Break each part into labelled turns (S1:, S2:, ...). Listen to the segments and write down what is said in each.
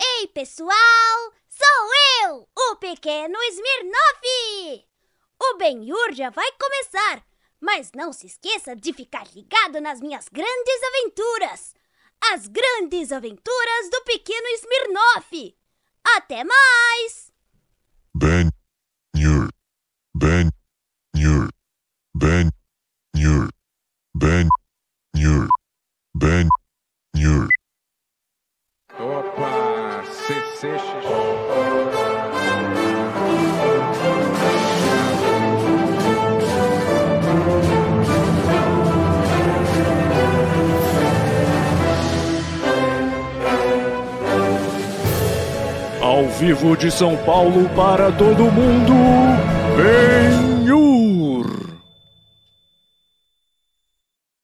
S1: Oi, pessoal! Sou eu, o pequeno Smirnoff! O Benhur já vai começar, mas não se esqueça de ficar ligado nas minhas grandes aventuras! As grandes aventuras do pequeno Smirnoff! Até mais!
S2: Ben Nhur. Ben Nhur. Ben Nhur. Ben Nhur. Ben Nhur.
S3: Opa, CC
S4: Ao vivo de São Paulo para todo mundo, Benhur!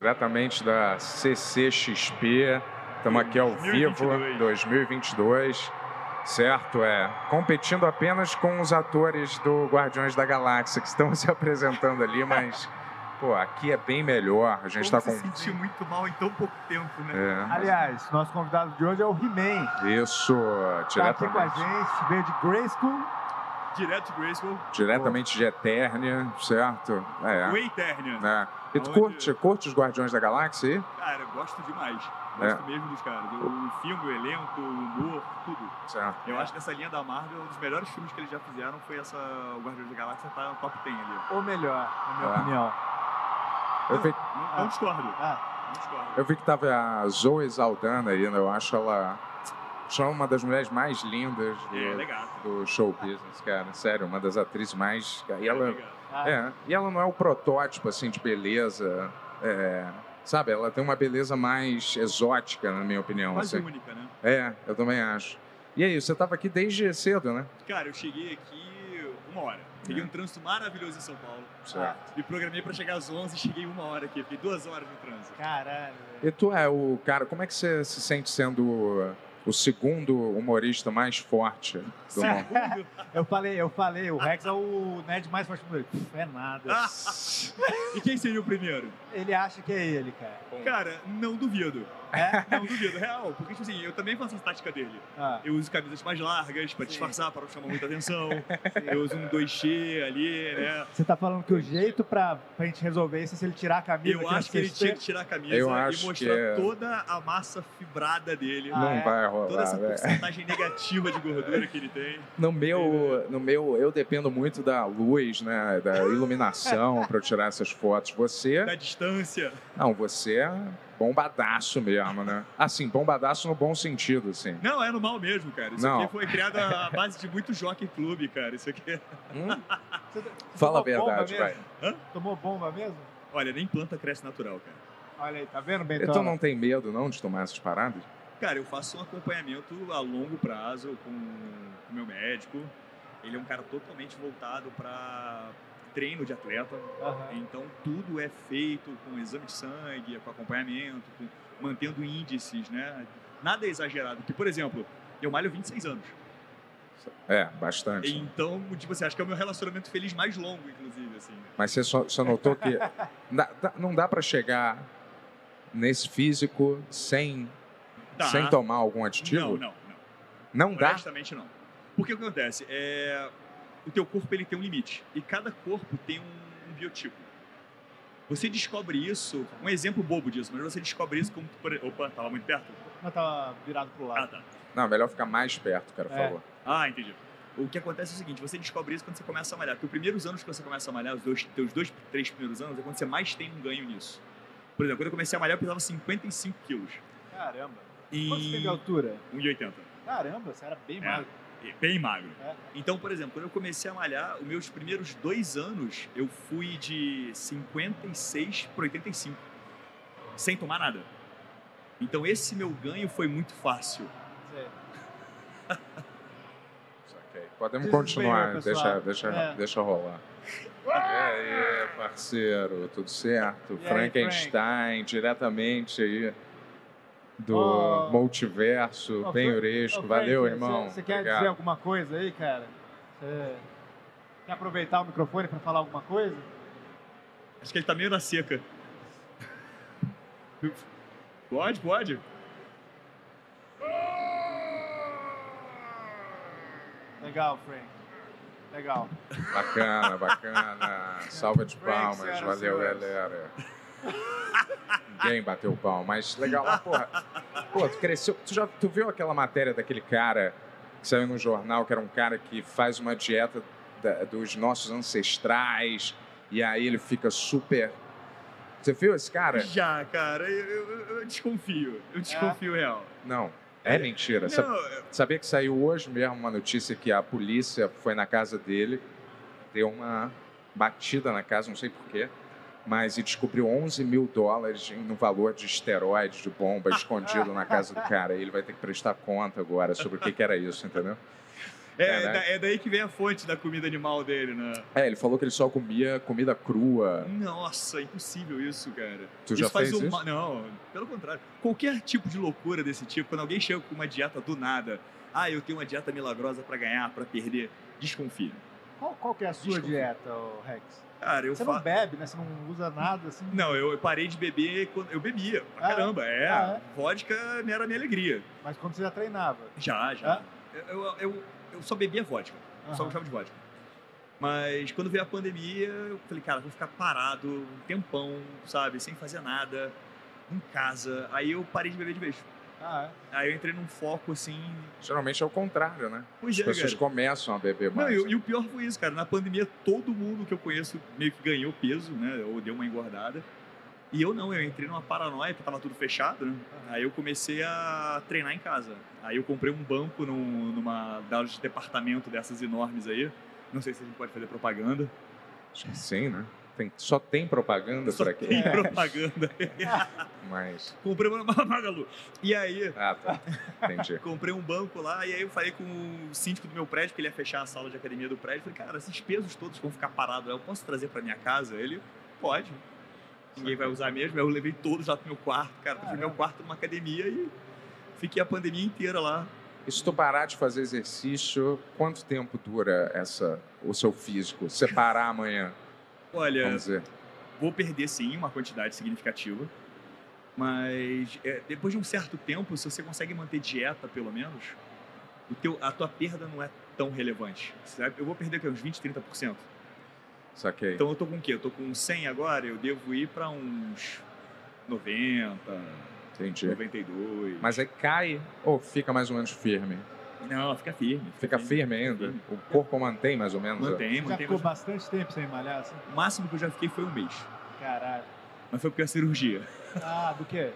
S3: diretamente da CCXP. Estamos aqui ao vivo
S5: 2022.
S3: 2022. Certo, é. Competindo apenas com os atores do Guardiões da Galáxia que estão se apresentando ali, mas pô, aqui é bem melhor. A gente está com
S5: se sentiu muito mal em tão pouco tempo, né?
S3: é,
S6: Aliás, nosso convidado de hoje é o He-Man.
S3: isso
S6: Tá aqui com a
S3: diretamente,
S6: gente, veio de Grayskull.
S5: Direto de Grayskull,
S3: diretamente de Eternia, certo? É.
S5: o Eternia.
S3: né? E tu
S5: Aonde-
S3: curte, curte os Guardiões da Galáxia aí?
S5: Cara, gosto demais.
S3: É.
S5: Gosto mesmo dos caras. O o filme, o elenco, o humor, tudo.
S3: Certo.
S5: Eu acho que essa linha da Marvel, um dos melhores filmes que eles já fizeram foi essa O Guardiões da Galáxia tá no top 10 ali.
S6: Ou melhor, na minha
S3: É.
S6: opinião. É.
S3: Eu vi,
S5: Não, não discordo. Não discordo.
S3: eu vi que tava a Zoe Zaldana aí, né? Eu acho ela. Acho ela uma das mulheres mais lindas do,
S5: É, legal.
S3: do show business, cara. Sério, uma das atrizes mais. E ela,
S5: Legal.
S6: Ah,
S3: é, e ela não é o protótipo, assim, de beleza. é, sabe? Ela tem uma beleza mais exótica, na minha opinião.
S5: Quase
S3: assim.
S5: única, né?
S3: É, eu também acho. E aí, você tava aqui desde cedo, né?
S5: Cara, eu cheguei aqui uma hora. Peguei um trânsito maravilhoso em São Paulo.
S3: É. Certo.
S5: Me programei pra chegar às 11 e cheguei uma hora aqui. Fiquei duas horas no trânsito.
S6: Caralho.
S3: E tu é o cara, como é que você se sente sendo uh, o segundo humorista mais forte do mundo?
S5: Segundo.
S6: Eu falei, eu falei, o Rex é o nerd mais forte do mundo. Pff, É nada.
S5: e quem seria o primeiro?
S6: Ele acha que é ele, cara.
S5: Cara, não duvido.
S6: É?
S5: Não duvido, real. Porque, tipo assim, eu também faço essa tática dele.
S6: Ah,
S5: Eu uso camisas mais largas pra
S6: Sim.
S5: disfarçar, pra não chamar muita atenção.
S6: sim.
S5: Eu uso um 2G ali, né?
S6: Você tá falando que o jeito pra, pra gente resolver isso é se ele tirar a camisa.
S5: Eu
S6: nós
S5: acho que ele tinha que
S6: temos
S5: tirar a camisa
S3: Eu
S5: e
S3: acho
S5: mostrar
S3: que é-
S5: toda a massa fibrada dele.
S6: Ah,
S3: Não
S6: é?
S3: vai rolar,
S5: Toda essa
S3: velho.
S5: porcentagem negativa de gordura que ele tem.
S3: No meu, no meu, eu dependo muito da luz, né, da iluminação pra eu tirar essas fotos. Você,
S5: Da distância.
S3: não, você é bombadaço mesmo, né? Assim, bombadaço no bom sentido, assim.
S5: Não, é no mal mesmo, cara. Isso
S3: Não.
S5: aqui foi criado à base de muito jockey clube, cara. Isso aqui é...
S3: Hum?
S6: ter-
S3: Fala a
S6: Tomou bomba
S3: verdade, vai.
S6: mesmo?
S5: Hã?
S6: Tomou bomba mesmo?
S5: Olha, nem planta cresce natural, cara.
S6: Olha aí, tá vendo, Bentão?
S3: Então não tem medo, não, de tomar essas paradas?
S5: Cara, eu faço um acompanhamento a longo prazo com o meu médico. Ele é um cara totalmente voltado para treino de atleta.
S6: Aham.
S5: Então tudo é feito com exame de sangue, com acompanhamento, com- mantendo índices, né? Nada é exagerado. Porque, por exemplo, eu malho 26 anos.
S3: É, bastante.
S5: Então, tipo assim, acho que é o meu relacionamento feliz mais longo, inclusive, assim. né?
S3: Mas você só, só notou que dá- dá- não dá pra chegar nesse físico sem
S5: Dá.
S3: sem tomar algum
S5: Tá. Não,
S3: aditivo?
S5: não, não.
S3: Não dá?
S5: Honestamente, não. Porque o que acontece? É... O teu corpo ele tem um limite. E cada corpo tem um, um biotipo. Você descobre isso... Um exemplo bobo disso, mas você descobre isso como... Por... Opa, tava muito perto?
S6: Mas tava virado pro
S5: Ah,
S6: lado.
S5: tá.
S3: Não, melhor ficar mais perto, o cara
S6: É.
S3: falou.
S5: Ah, entendi. O que acontece é o seguinte, você descobre isso quando você começa a malhar. Porque os primeiros anos que você começa a malhar, os dois, teus dois, três primeiros anos, é quando você mais tem um ganho nisso. Por exemplo, quando eu comecei a malhar, eu pesava 55 quilos. um
S6: Caramba. Quanto você tem
S5: Ah. E...
S6: de altura?
S5: 1,80.
S6: Caramba, você era bem
S5: É.
S6: magro.
S5: É Bem magro.
S6: É.
S5: Então, por exemplo, quando eu comecei a malhar, os meus primeiros dois anos, eu fui de 56 para 85, sem tomar nada. Então, esse meu ganho foi muito fácil.
S6: Sei.
S3: Saquei. Podemos
S6: Desempenho,
S3: continuar,
S6: pessoal.
S3: deixa, deixa,
S6: É.
S3: deixa rolar. E aí, parceiro, tudo certo?
S6: E aí,
S3: Frankenstein, diretamente aí do
S6: Ô-
S3: multiverso,
S6: Ô,
S3: bem
S6: Frank-
S3: uresco.
S6: Ô, Frank,
S3: Valeu,
S6: você-
S3: irmão.
S6: Você quer
S3: Obrigado.
S6: dizer alguma coisa aí, cara? Você quer aproveitar o microfone pra falar alguma coisa?
S5: Acho que ele tá meio na seca. Pode, pode.
S6: Legal, Frank. Legal.
S3: Bacana, bacana. Salva de
S6: Frank,
S3: palmas.
S6: senhoras e
S3: Valeu,
S6: senhores.
S3: galera. Ninguém bateu palma, mas legal. Mas, porra, pô, tu cresceu. Tu, já, tu viu aquela matéria daquele cara que saiu no jornal, que era um cara que faz uma dieta da- dos nossos ancestrais, e aí ele fica super. Você viu esse cara?
S5: Já, cara, eu, eu- eu desconfio. Eu desconfio real.
S3: Não. É mentira. Sa-
S5: Não, é,
S3: Sabia que saiu hoje mesmo uma notícia que a polícia foi na casa dele, deu uma batida na casa, não sei porquê, mas e descobriu 11 mil dólares em- no valor de esteroides, de bomba, escondido na casa do cara. E ele vai ter que prestar conta agora sobre o que, que era isso, entendeu?
S5: é, é
S3: Caraca.
S5: da- é daí que vem a fonte da comida animal dele, né?
S3: É, ele falou que ele só comia comida crua.
S5: Nossa, impossível isso, cara.
S3: Tu
S5: isso
S3: já
S5: faz
S3: fez
S5: um
S3: isso?
S5: ma- Não, pelo contrário. Qualquer tipo de loucura desse tipo, quando alguém chega com uma dieta do nada, ah, eu tenho uma dieta milagrosa pra ganhar, pra perder, desconfia.
S6: Qual, qual que é a sua
S5: Desculpa.
S6: dieta, ô Rex?
S5: Cara, eu
S6: Você
S5: fa-
S6: não bebe, né? Você não usa nada, assim?
S5: Não, eu, eu parei de beber quando. Eu bebia, pra
S6: Ah,
S5: caramba. É,
S6: ah,
S5: vodka era a minha alegria.
S6: Mas quando você já treinava.
S5: Já, já.
S6: Ah.
S5: Eu, eu, eu, eu só bebia vodka. Eu só
S6: Aham.
S5: gostava de vodka. Mas quando veio a pandemia, eu falei, cara, vou ficar parado um tempão, sabe? Sem fazer nada, em casa. Aí eu parei de beber de vez.
S6: Ah, é.
S5: Aí eu entrei num foco assim.
S3: Geralmente é o contrário, né?
S5: Pois
S3: As
S5: é,
S3: pessoas
S5: cara.
S3: começam a beber
S5: Não,
S3: mais. né?
S5: e, o- e o pior foi isso, cara. Na pandemia, todo mundo que eu conheço meio que ganhou peso, né? Ou deu uma engordada. E eu não, eu entrei numa paranoia, porque tava tudo fechado, né? Aí eu comecei a treinar em casa. Aí eu comprei um banco num, numa dalas de departamento dessas enormes aí. Não sei se a gente pode fazer propaganda.
S3: Sim, né? Tem- só tem propaganda
S5: Só
S3: por aqui.
S5: tem propaganda.
S3: Mas.
S5: comprei uma uma Magalu. E aí,
S3: Ah, tá. Entendi.
S5: comprei um banco lá, e aí eu falei com o síndico do meu prédio, que ele ia fechar a sala de academia do prédio. Falei, cara, esses pesos todos vão ficar parados, eu posso trazer pra minha casa? Ele, pode. Ninguém vai usar mesmo. Aí eu levei todos lá pro meu quarto, cara. Eu fui pro meu
S6: Caramba.
S5: quarto numa academia e fiquei a pandemia inteira lá.
S3: E se tu parar de fazer exercício, quanto tempo dura essa, o seu físico? Você parar amanhã,
S5: Olha,
S3: vamos dizer.
S5: vou perder sim uma quantidade significativa. Mas é, depois de um certo tempo, se você consegue manter dieta, pelo menos, o teu, a tua perda não é tão relevante. Sabe? Eu vou perder o quê? uns 20, 30%.
S3: Saquei.
S5: Então eu tô com o quê? Eu tô com 100 agora, eu devo ir pra uns 90,
S3: Entendi.
S5: 92.
S3: Mas aí cai ou fica mais ou menos firme?
S5: Não, fica firme.
S3: Fica firme ainda? O corpo mantém mais ou menos? a-
S5: Mantém,
S6: Já
S5: mantém.
S6: ficou
S5: mas
S6: bastante tempo sem malhar, assim?
S5: O máximo que eu já fiquei foi um mês.
S6: Caralho.
S5: Mas foi porque a cirurgia.
S6: Ah, do quê?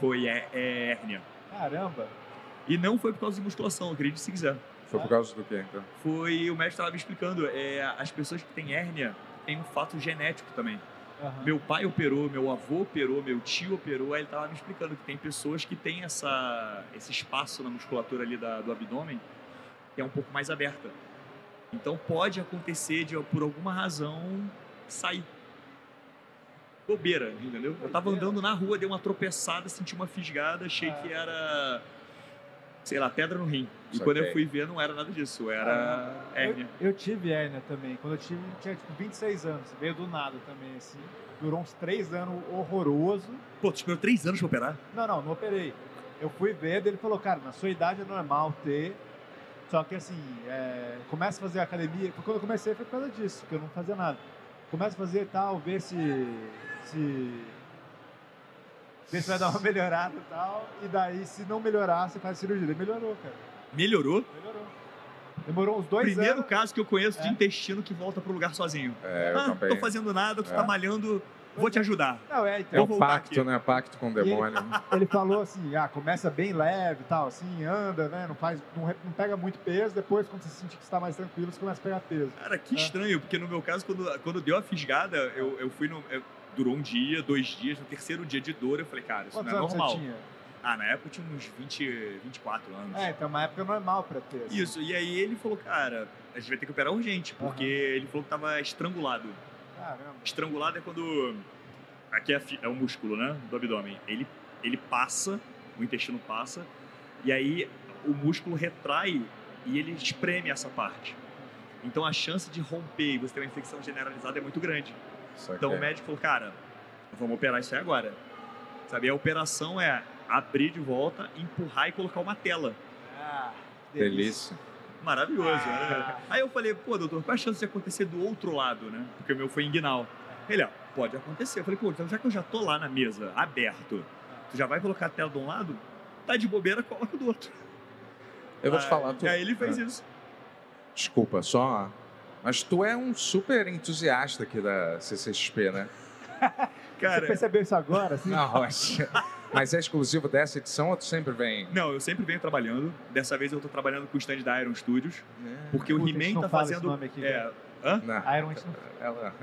S5: Foi é, é, hérnia.
S6: Caramba.
S5: E não foi por causa de musculação, acredite se quiser.
S3: Foi por causa do quê, então?
S5: foi o médico estava me explicando, é, as pessoas que têm hérnia têm um fato genético também.
S6: Aham.
S5: Meu pai operou, meu avô operou, meu tio operou, aí ele estava me explicando que tem pessoas que têm essa, esse espaço na musculatura ali da- do abdômen que é um pouco mais aberta. Então pode acontecer de, por alguma razão, sair. Bobeira, entendeu? Eu tava
S6: Bobeira.
S5: andando na rua, dei uma tropeçada, senti uma fisgada, achei
S6: Ah.
S5: que era, sei lá, pedra no rim. E
S3: Saquei.
S5: quando eu fui ver, não era nada disso, era
S6: Caramba.
S5: hérnia.
S6: Eu, eu tive hérnia também. Quando eu tive, eu tinha tipo 26 anos. Veio do nada também, assim. Durou uns 3 anos horroroso.
S5: Pô, tu esperou três anos pra operar?
S6: Não, não, não operei. Eu fui ver, daí ele falou, cara, na sua idade é normal ter. Só que assim, é, começa a fazer academia. Porque Quando eu comecei foi por causa disso, porque eu não fazia nada. Começa a fazer e tal, ver se. se. Ver se vai dar uma melhorada e tal. E daí, se não melhorar, você faz cirurgia. Daí melhorou, cara.
S5: Melhorou?
S6: Melhorou. Demorou uns dois
S5: Primeiro
S6: anos.
S5: caso que eu conheço de
S6: É.
S5: intestino que volta pro lugar sozinho.
S3: É, eu
S5: ah, não
S3: também.
S5: tô fazendo nada, tu tá
S3: É.
S5: malhando, vou te ajudar.
S6: Não, é,
S3: É
S6: então.
S3: o
S5: Vou voltar
S3: pacto,
S5: aqui.
S3: né? Pacto com o demônio. né?
S6: Ele falou assim, ah, começa bem leve e tal, assim, anda, né? Não faz. Não, re- não pega muito peso, depois quando você sentir que está mais tranquilo, você começa a pegar peso.
S5: Cara, que
S6: É.
S5: estranho, porque no meu caso, quando, quando deu a fisgada, eu, eu fui no. eu- durou um dia, dois dias, no terceiro dia de dor, eu falei, cara, isso
S6: Quantos
S5: não é
S6: anos
S5: normal.
S6: você tinha?
S5: Ah, na época eu tinha uns 20, 24 anos.
S6: É, então é uma época normal pra ter. assim.
S5: Isso, e aí ele falou, cara, a gente vai ter que operar urgente, porque
S6: Aham.
S5: ele falou que tava estrangulado.
S6: Caramba.
S5: Estrangulado é quando. Aqui é, a fi- é o músculo, né? Do abdômen. Ele, ele passa, o intestino passa, e aí o músculo retrai e ele espreme essa parte. Então a chance de romper e você ter uma infecção generalizada é muito grande.
S3: Saquei.
S5: Então o médico falou, cara, vamos operar isso aí agora. Sabe, a operação é abrir de volta, empurrar e colocar uma tela.
S6: Ah, que
S3: Delícia.
S5: Maravilhoso,
S6: Ah.
S5: né? Aí eu falei, pô, doutor, qual é a chance de acontecer do outro lado, né? Porque o meu foi em Guinal. Ele, ó, pode acontecer. Eu falei, pô, então já que eu já tô lá na mesa, aberto, tu já vai colocar a tela de um lado? Tá de bobeira, coloca do outro.
S3: Eu vou te
S5: Ah,
S3: falar. Tu...
S5: E aí ele fez isso.
S3: Desculpa, só. Mas tu é um super entusiasta aqui da CCXP, né?
S6: Você
S5: Cara,
S6: percebeu isso agora? Assim?
S3: Na rocha. Mas é exclusivo dessa edição ou tu sempre vem?
S5: não, eu sempre venho trabalhando. Dessa vez eu tô trabalhando com o stand da Iron Studios, porque
S6: Puta,
S5: o
S6: a gente
S5: He-Man
S6: não
S5: tá
S6: fala esse
S5: fazendo...
S6: nome aqui,
S5: é,
S6: velho.
S5: hã?
S3: Não,
S6: Iron Man.
S3: ela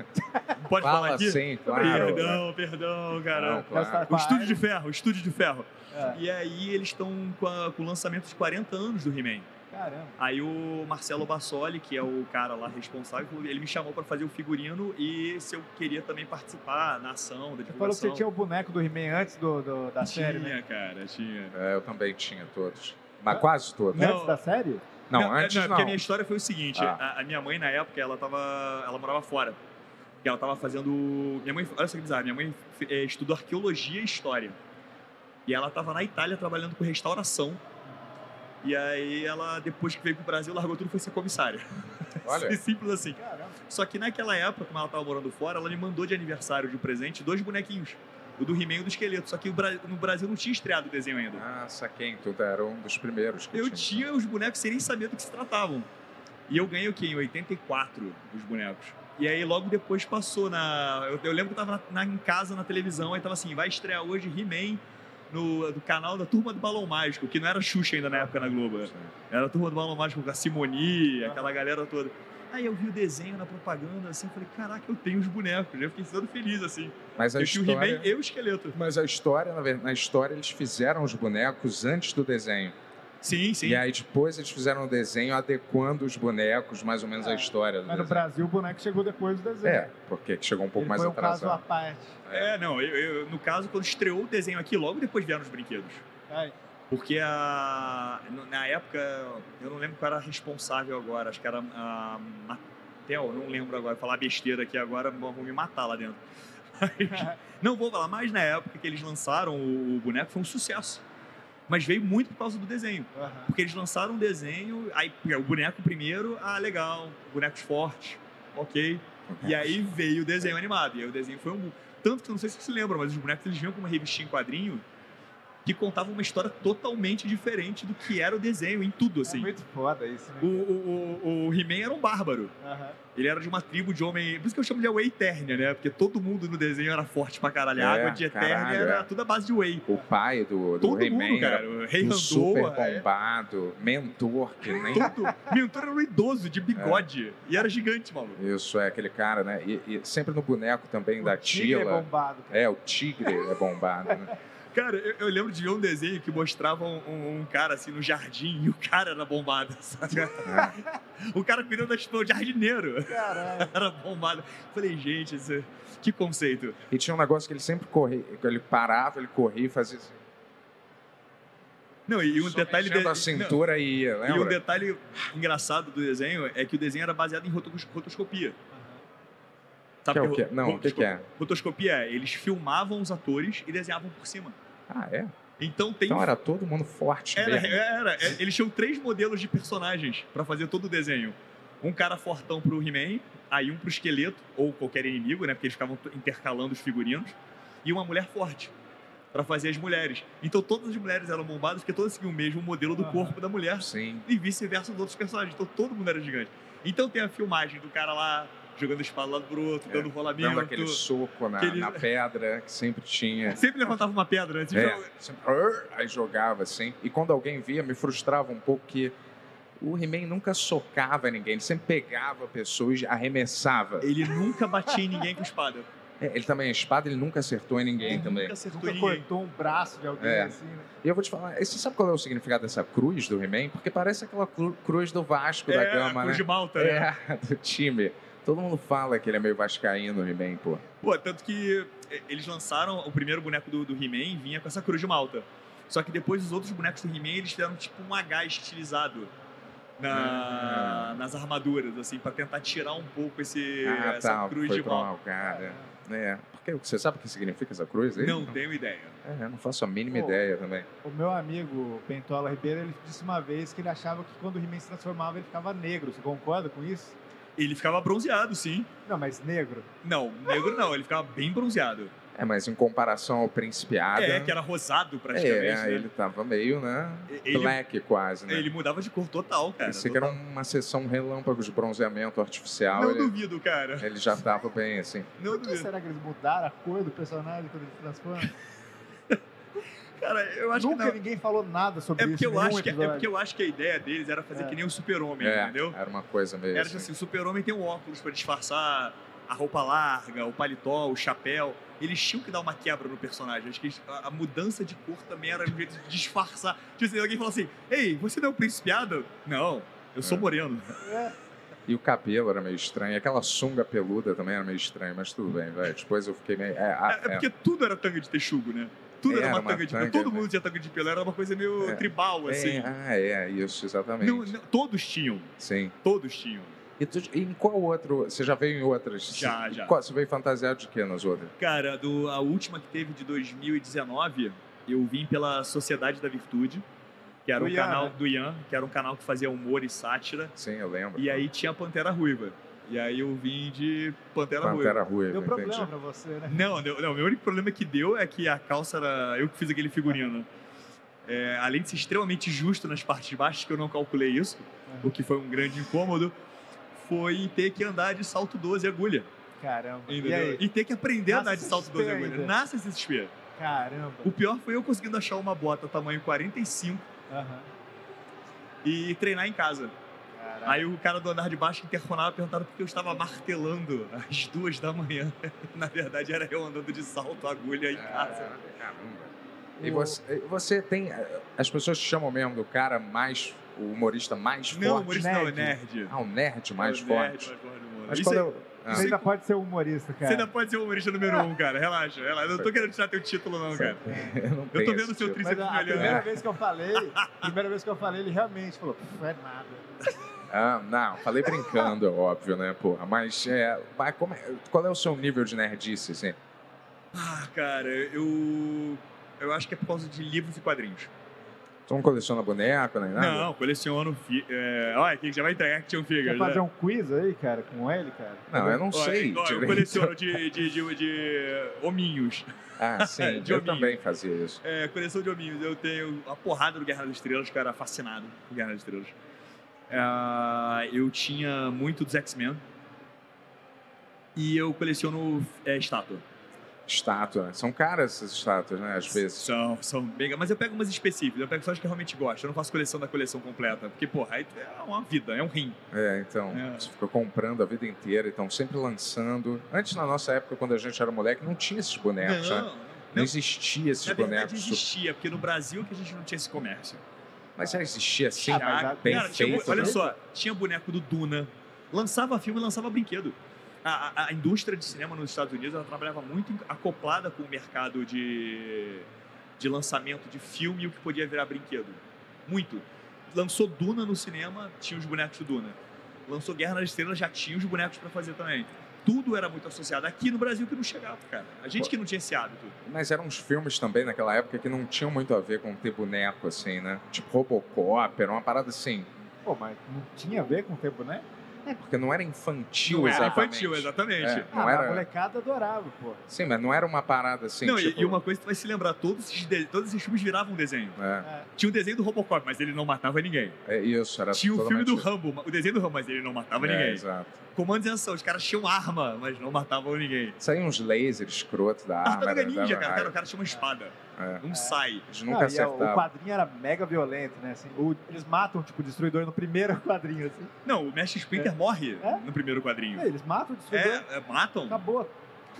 S5: Pode falar
S3: fala
S5: aqui?
S3: assim, claro.
S5: Perdão, perdão,
S3: Não,
S5: cara.
S3: claro.
S6: tá
S5: O estúdio de ferro, o estúdio de ferro.
S6: É,
S5: E aí eles estão com, a- com o lançamento de 40 anos do He-Man.
S6: É, Caramba.
S5: Aí o Marcelo Bassoli, que é o cara lá responsável, falou- ele me chamou pra fazer o figurino e se eu queria também participar na ação, da
S6: Você falou que você
S5: divulgação.
S6: tinha o boneco do He-Man antes do, do- da série, né?
S5: um- Tinha, cara, tinha.
S3: É, eu também tinha todos. Mas quase todos.
S5: Não.
S6: Antes da série?
S3: Não,
S5: é,
S3: antes não.
S5: porque a minha história foi o seguinte,
S3: Ah.
S5: a, a minha mãe na época, ela tava, ela morava fora. E ela tava fazendo, minha mãe, olha só que bizarro, minha mãe eh, estudou arqueologia e história. E ela tava na Itália trabalhando com restauração. E aí ela depois que veio pro Brasil, largou tudo e foi ser comissária.
S3: Olha,
S5: Simples assim.
S6: Caramba.
S5: Só que naquela época, como ela tava morando fora, ela me mandou de aniversário de um presente dois bonequinhos. O do He-Man e o do Esqueleto. Só que o Bra- no Brasil não tinha estreado o desenho ainda.
S3: ah, saquei, então tu era um dos primeiros que
S5: Eu tinha os bonecos sem nem saber do que se tratavam. E eu ganhei o quê? Em 84, os bonecos. E aí logo depois passou na. Eu, eu lembro que eu tava na- na- em casa na televisão, aí tava assim, vai estrear hoje He-Man no do canal da Turma do Balão Mágico, que não era Xuxa ainda na época na Globo. Era a Turma do Balão Mágico com a Simoni, aquela galera toda. Aí eu vi o desenho na propaganda, assim, eu falei, caraca, eu tenho os bonecos. Eu fiquei todo feliz, assim.
S3: Mas a
S5: Eu tinha o He-Man
S3: história...
S5: e o esqueleto.
S3: Mas a história, na verdade, na história eles fizeram os bonecos antes do desenho.
S5: Sim, sim.
S3: E aí depois eles fizeram o desenho adequando os bonecos, mais ou menos a
S6: É,
S3: história do
S6: Mas no
S3: desenho.
S6: Brasil o boneco chegou depois do desenho.
S3: É, porque chegou um pouco
S6: Ele
S3: mais
S6: foi um caso à
S3: atrasado.
S6: parte.
S5: É, não, eu- eu- no caso, quando estreou o desenho aqui, logo depois vieram os brinquedos.
S6: Ai,
S5: Porque a, na época, eu não lembro qual era a responsável agora, acho que era a Matel, não lembro agora, falar besteira aqui agora, vão vão me matar lá dentro. Mas, não vou falar, mas na época que eles lançaram o, o boneco foi um sucesso. Mas veio muito por causa do desenho.
S6: aham.
S5: Porque eles lançaram um desenho, aí é, o boneco primeiro, ah, legal, bonecos fortes, ok. E aí veio o desenho animado. E aí o desenho foi um. Tanto que eu não sei se você lembra, mas os bonecos eles vinham com uma revistinha em quadrinho que contava uma história totalmente diferente do que era o desenho em tudo,
S6: É
S5: assim.
S6: muito foda isso, né?
S5: O, o, o, o He-Man era um bárbaro.
S6: Aham.
S5: Ele era de uma tribo de homem. Por isso que eu chamo de Whey Eternia, né? Porque todo mundo no desenho era forte pra caralho. A
S3: É,
S5: água de Eternia
S3: caralho,
S5: era
S3: é.
S5: tudo à base de Whey.
S3: O pai do, do
S5: Todo
S3: He-Man
S5: mundo,
S3: era
S5: cara. O Rei
S3: um super
S5: Randoa. é.
S3: bombado, né? mentor que nem...
S5: Todo. Mentor era um idoso de bigode. E era gigante, maluco.
S3: Isso, é aquele cara, né? E, e sempre no boneco também da
S6: O tigre é
S3: Tila.
S6: bombado, cara.
S3: É, o tigre é bombado, né?
S5: Cara, eu, eu lembro de ver um desenho que mostrava um, um- um cara assim no jardim e o cara era bombado, sabe?
S3: É.
S5: o cara cuidando da flores, jardineiro
S6: Caralho.
S5: era bombado. Falei, gente, isso- é, que conceito.
S3: E tinha um negócio que ele sempre corria, que ele parava, ele corria e fazia assim,
S5: Não, e um
S3: só
S5: detalhe.
S3: mexendo
S5: de-
S3: a cintura e ia,
S5: não, e um
S3: lembra?
S5: detalhe engraçado do desenho é que o desenho era baseado em rotos- rotoscopia.
S3: Que
S5: Sabe
S3: é o quê? Não, o que, que é?
S5: Rotoscopia é, eles filmavam os atores e desenhavam por cima.
S3: Ah, é?
S5: Então tem
S3: Então era todo mundo forte
S5: Era,
S3: mesmo.
S5: era, é, Eles tinham três modelos de personagens pra fazer todo o desenho. Um cara fortão pro He-Man, aí um pro esqueleto, ou qualquer inimigo, né? Porque eles ficavam t- intercalando os figurinos. E uma mulher forte, pra fazer as mulheres. Então todas as mulheres eram bombadas, porque todas seguiam o mesmo modelo do
S6: Aham.
S5: corpo da mulher.
S3: Sim.
S5: E vice-versa dos outros personagens. Então todo mundo era gigante. Então tem a filmagem do cara lá, jogando espada lá pro outro,
S3: É,
S5: dando rolamento.
S3: Dando aquele soco na,
S5: aquele-
S3: na pedra que sempre tinha.
S5: Sempre levantava uma pedra, né? Sempre-
S3: É, sempre, "Arr", aí jogava assim. E quando alguém via, me frustrava um pouco que o He-Man nunca socava ninguém, ele sempre pegava pessoas, arremessava.
S5: Ele nunca batia em ninguém com espada.
S3: É, ele também, a espada, ele nunca acertou em ninguém também.
S5: Nunca acertou em
S6: Nunca
S5: ninguém.
S6: cortou um braço de alguém
S3: É.
S6: assim, né?
S3: E eu vou te falar, você sabe qual é o significado dessa cruz do He-Man? Porque parece aquela cru- cruz do Vasco da Gama,
S5: É, cruz
S3: né?
S5: de Malta, né?
S3: É, do time. Todo mundo fala que ele é meio vascaíno, o He-Man, pô.
S5: Pô, tanto que eh, eles lançaram o primeiro boneco do, do He-Man vinha com essa cruz de malta. Só que depois os outros bonecos do He-Man eles fizeram tipo um H estilizado na- nas armaduras, assim, pra tentar tirar um pouco esse,
S3: Hum. ah,
S5: essa
S3: tá,
S5: cruz
S3: foi
S5: de
S3: pra uma
S5: malta.
S3: algada. É. Porque você sabe o que significa essa cruz aí?
S5: Não tenho ideia.
S3: É, eu não faço a mínima
S6: Pô.
S3: ideia também.
S6: O meu amigo Pentola Ribeiro, ele disse uma vez que ele achava que quando o He-Man se transformava ele ficava negro. Você concorda com isso?
S5: Ele ficava bronzeado, sim.
S6: Não, mas negro.
S5: Não, negro não, ele ficava bem bronzeado.
S3: É, mas em comparação ao Príncipe Adam...
S5: É, que era rosado praticamente.
S3: Ah, tá. é,
S5: né?
S3: ele tava meio, né?
S5: Ele-
S3: Black quase, né?
S5: Ele mudava de cor total, cara.
S3: Pensei que era uma sessão relâmpago de bronzeamento artificial.
S5: Não
S3: ele, É.
S5: duvido, cara.
S3: ele já tava bem assim.
S5: Não
S6: Por que
S5: duvido.
S6: será que eles mudaram a cor do personagem quando ele se transforma?
S5: Cara, eu acho
S6: Nunca
S5: que não.
S6: ninguém falou nada sobre
S5: É porque,
S6: isso.
S5: eu
S6: nenhum
S5: acho que, é
S6: episódio.
S5: porque eu acho que a ideia deles era fazer
S6: É.
S5: que nem o super-homem,
S3: é,
S5: entendeu?
S3: era uma coisa meio
S5: Era tipo assim, o super-homem tem um óculos pra disfarçar a roupa larga, o paletó, o chapéu. Eles tinham que dar uma quebra no personagem. Acho que eles- a, a mudança de cor também era um jeito de disfarçar. Tipo assim, alguém falou assim, ei, você não é um príncipe Adam? Não, eu sou
S3: É.
S5: moreno.
S3: E o cabelo era meio estranho. Aquela sunga peluda também era meio estranho, mas tudo bem, velho. Depois eu fiquei meio... É,
S5: É,
S3: ah,
S5: é porque tudo era tanga de texugo, né? Tudo era,
S3: Era
S5: uma,
S3: uma
S5: tanga de pelo.
S3: tanga,
S5: Todo
S3: né?
S5: mundo tinha tanga de pelo. Era uma coisa meio
S3: É.
S5: tribal,
S3: é,
S5: assim.
S3: ah, é, isso, exatamente.
S5: Não- não- todos tinham,
S3: Sim.
S5: todos tinham.
S3: E tu- e em qual outro... Você já veio em outras?
S5: Já, já.
S3: Qual- você veio fantasiado de quê nas outras?
S5: Cara, do, a última que teve de 2019, eu vim pela Sociedade da Virtude, que era
S6: Do
S5: um
S6: Ian,
S5: canal
S6: né?
S5: do Ian, que era um canal que fazia humor e sátira.
S3: Sim, eu lembro.
S5: E aí tinha a Pantera Ruiva. E aí eu vim de Pantera, Ruiva.
S3: Pantera Ruiva,
S6: Deu
S3: entendi.
S6: problema pra você, né?
S5: Não, não, não, o meu único problema que deu é que a calça era. Eu que fiz aquele figurino. É, além de ser extremamente justo nas partes baixas, que eu não calculei isso,
S6: É.
S5: o que foi um grande incômodo, foi ter que andar de salto 12 agulha.
S6: Caramba. E
S5: entendeu?
S6: aí?
S5: E ter que aprender a
S6: Na
S5: andar de salto 12
S6: CCXP
S5: agulha.
S6: ainda.
S5: Na CCXP.
S6: Caramba.
S5: O pior foi eu conseguindo achar uma bota tamanho 45
S6: Aham.
S5: e treinar em casa.
S6: Caraca.
S5: Aí o cara do andar de baixo interfonava perguntando por que eu estava martelando às duas da manhã. Na verdade, era eu andando de salto, agulha em casa.
S3: Ah, caramba. E você, e você tem. eh, As pessoas te chamam mesmo do cara mais. O humorista mais
S5: não,
S3: forte.
S5: Maurício, não, é nerd.
S3: Ah, o nerd mais
S5: É o nerd
S3: forte.
S5: mais forte do mundo.
S3: Mas
S5: Isso
S3: quando
S5: aí-
S3: eu. Ah,
S6: Você ainda pode ser humorista,
S5: Você ainda
S6: é cara.
S5: pode ser o humorista número um, cara. Relaxa, relaxa. Eu não tô querendo tirar teu título, não, cara.
S3: eu não tenho
S5: Eu tô
S3: esse
S5: vendo seu
S3: tipo.
S5: tríceps
S6: Mas ah, é. a, a
S5: melhor.
S6: primeira vez que eu falei, a primeira vez que eu falei, ele realmente falou, "Pff, é nada.
S3: Ah, não, falei brincando, é óbvio, né, porra? Mas é, mas como é- qual é o seu nível de nerdice, assim?
S5: Ah, cara, eu. Eu acho que é por causa de livros e quadrinhos.
S3: Tu não coleciona boneco, nem nada?
S5: Não, coleciono. Fi... É... Olha, aqui já vai entregar action
S6: Quer
S5: figures. né?
S6: fazer um quiz aí, cara, com ele, cara?
S3: Não, eu não
S5: Ó,
S3: sei. tipo,
S5: igual eu
S3: direito.
S5: coleciono de, de, de, de hominhos.
S3: Ah, sim,
S5: é de
S3: eu
S5: hominho.
S3: também fazia isso.
S5: É, coleção de hominhos. Eu tenho a porrada do Guerra das Estrelas, que eu era fascinado por Guerra das Estrelas. É, eu tinha muito dos X-Men. E eu coleciono é, estátua.
S3: Estátua. né? São caras essas estátuas, né, às vezes.
S5: São, são mega. Mas eu pego umas específicas, eu pego só as que eu realmente gosto. Eu não faço coleção da coleção completa. Porque, porra, aí é uma vida, é um rim.
S3: É, então,
S5: É.
S3: você ficou comprando a vida inteira, então sempre lançando. Antes, na nossa época, quando a gente era moleque, não tinha esses bonecos, né? Não existia esses
S5: Na É verdade
S3: bonecos.
S5: existia, porque no Brasil é que a gente não tinha esse comércio.
S3: Mas já existia assim,
S6: Ah, mas a-
S3: bem
S5: Cara, tinha
S3: feito.
S5: bu- olha
S3: né?
S5: só, tinha boneco do Duna, lançava filme, lançava brinquedo. A, a- a indústria de cinema nos Estados Unidos ela trabalhava muito em- acoplada com o mercado de, de lançamento de filme e o que podia virar brinquedo. Muito. Lançou Duna no cinema, tinha os bonecos do Duna. Lançou Guerra nas Estrelas, já tinha os bonecos pra fazer também. Tudo era muito associado. Aqui no Brasil que não chegava, cara. A gente que não tinha esse hábito.
S3: Mas eram uns filmes também naquela época que não tinham muito a ver com ter boneco, assim, né? Tipo Robocop, era uma parada assim.
S6: Pô, mas não tinha a ver com o tempo, né?
S3: Porque não era infantil,
S5: Não era
S3: exatamente.
S5: infantil, exatamente.
S3: É,
S6: Ah,
S3: não
S6: mas a
S3: era...
S6: molecada adorava, pô.
S3: Sim, mas não era uma parada assim,
S5: não, e-
S3: tipo...
S5: e uma coisa que tu vai se lembrar, todos esses, de- todos esses filmes viravam um desenho.
S3: É,
S5: Tinha o desenho do Robocop, mas ele não matava ninguém.
S3: é isso, era
S5: Tinha o filme do
S3: totalmente-
S5: Rambo, o desenho do Rambo, mas ele não matava
S3: É,
S5: ninguém.
S3: exato.
S5: Comandos em ação, os caras tinham arma, mas não matavam ninguém.
S3: Saíam uns lasers escroto da arma.
S5: Tartaruga
S3: Ah, era-
S5: Ah, Ninja,
S3: dava-
S5: cara, cara, o cara tinha uma espada.
S3: É.
S5: Não sai.
S3: Eles
S6: Não,
S3: nunca
S6: Ah, e a- o
S3: acertavam.
S6: quadrinho era mega violento, né? Assim, o- eles matam, tipo, o destruidor no primeiro quadrinho, assim.
S5: Não, o Mestre Splinter morre
S6: É?
S5: no primeiro quadrinho.
S6: É, Eles matam o destruidor,
S5: É, é, matam.
S6: acabou.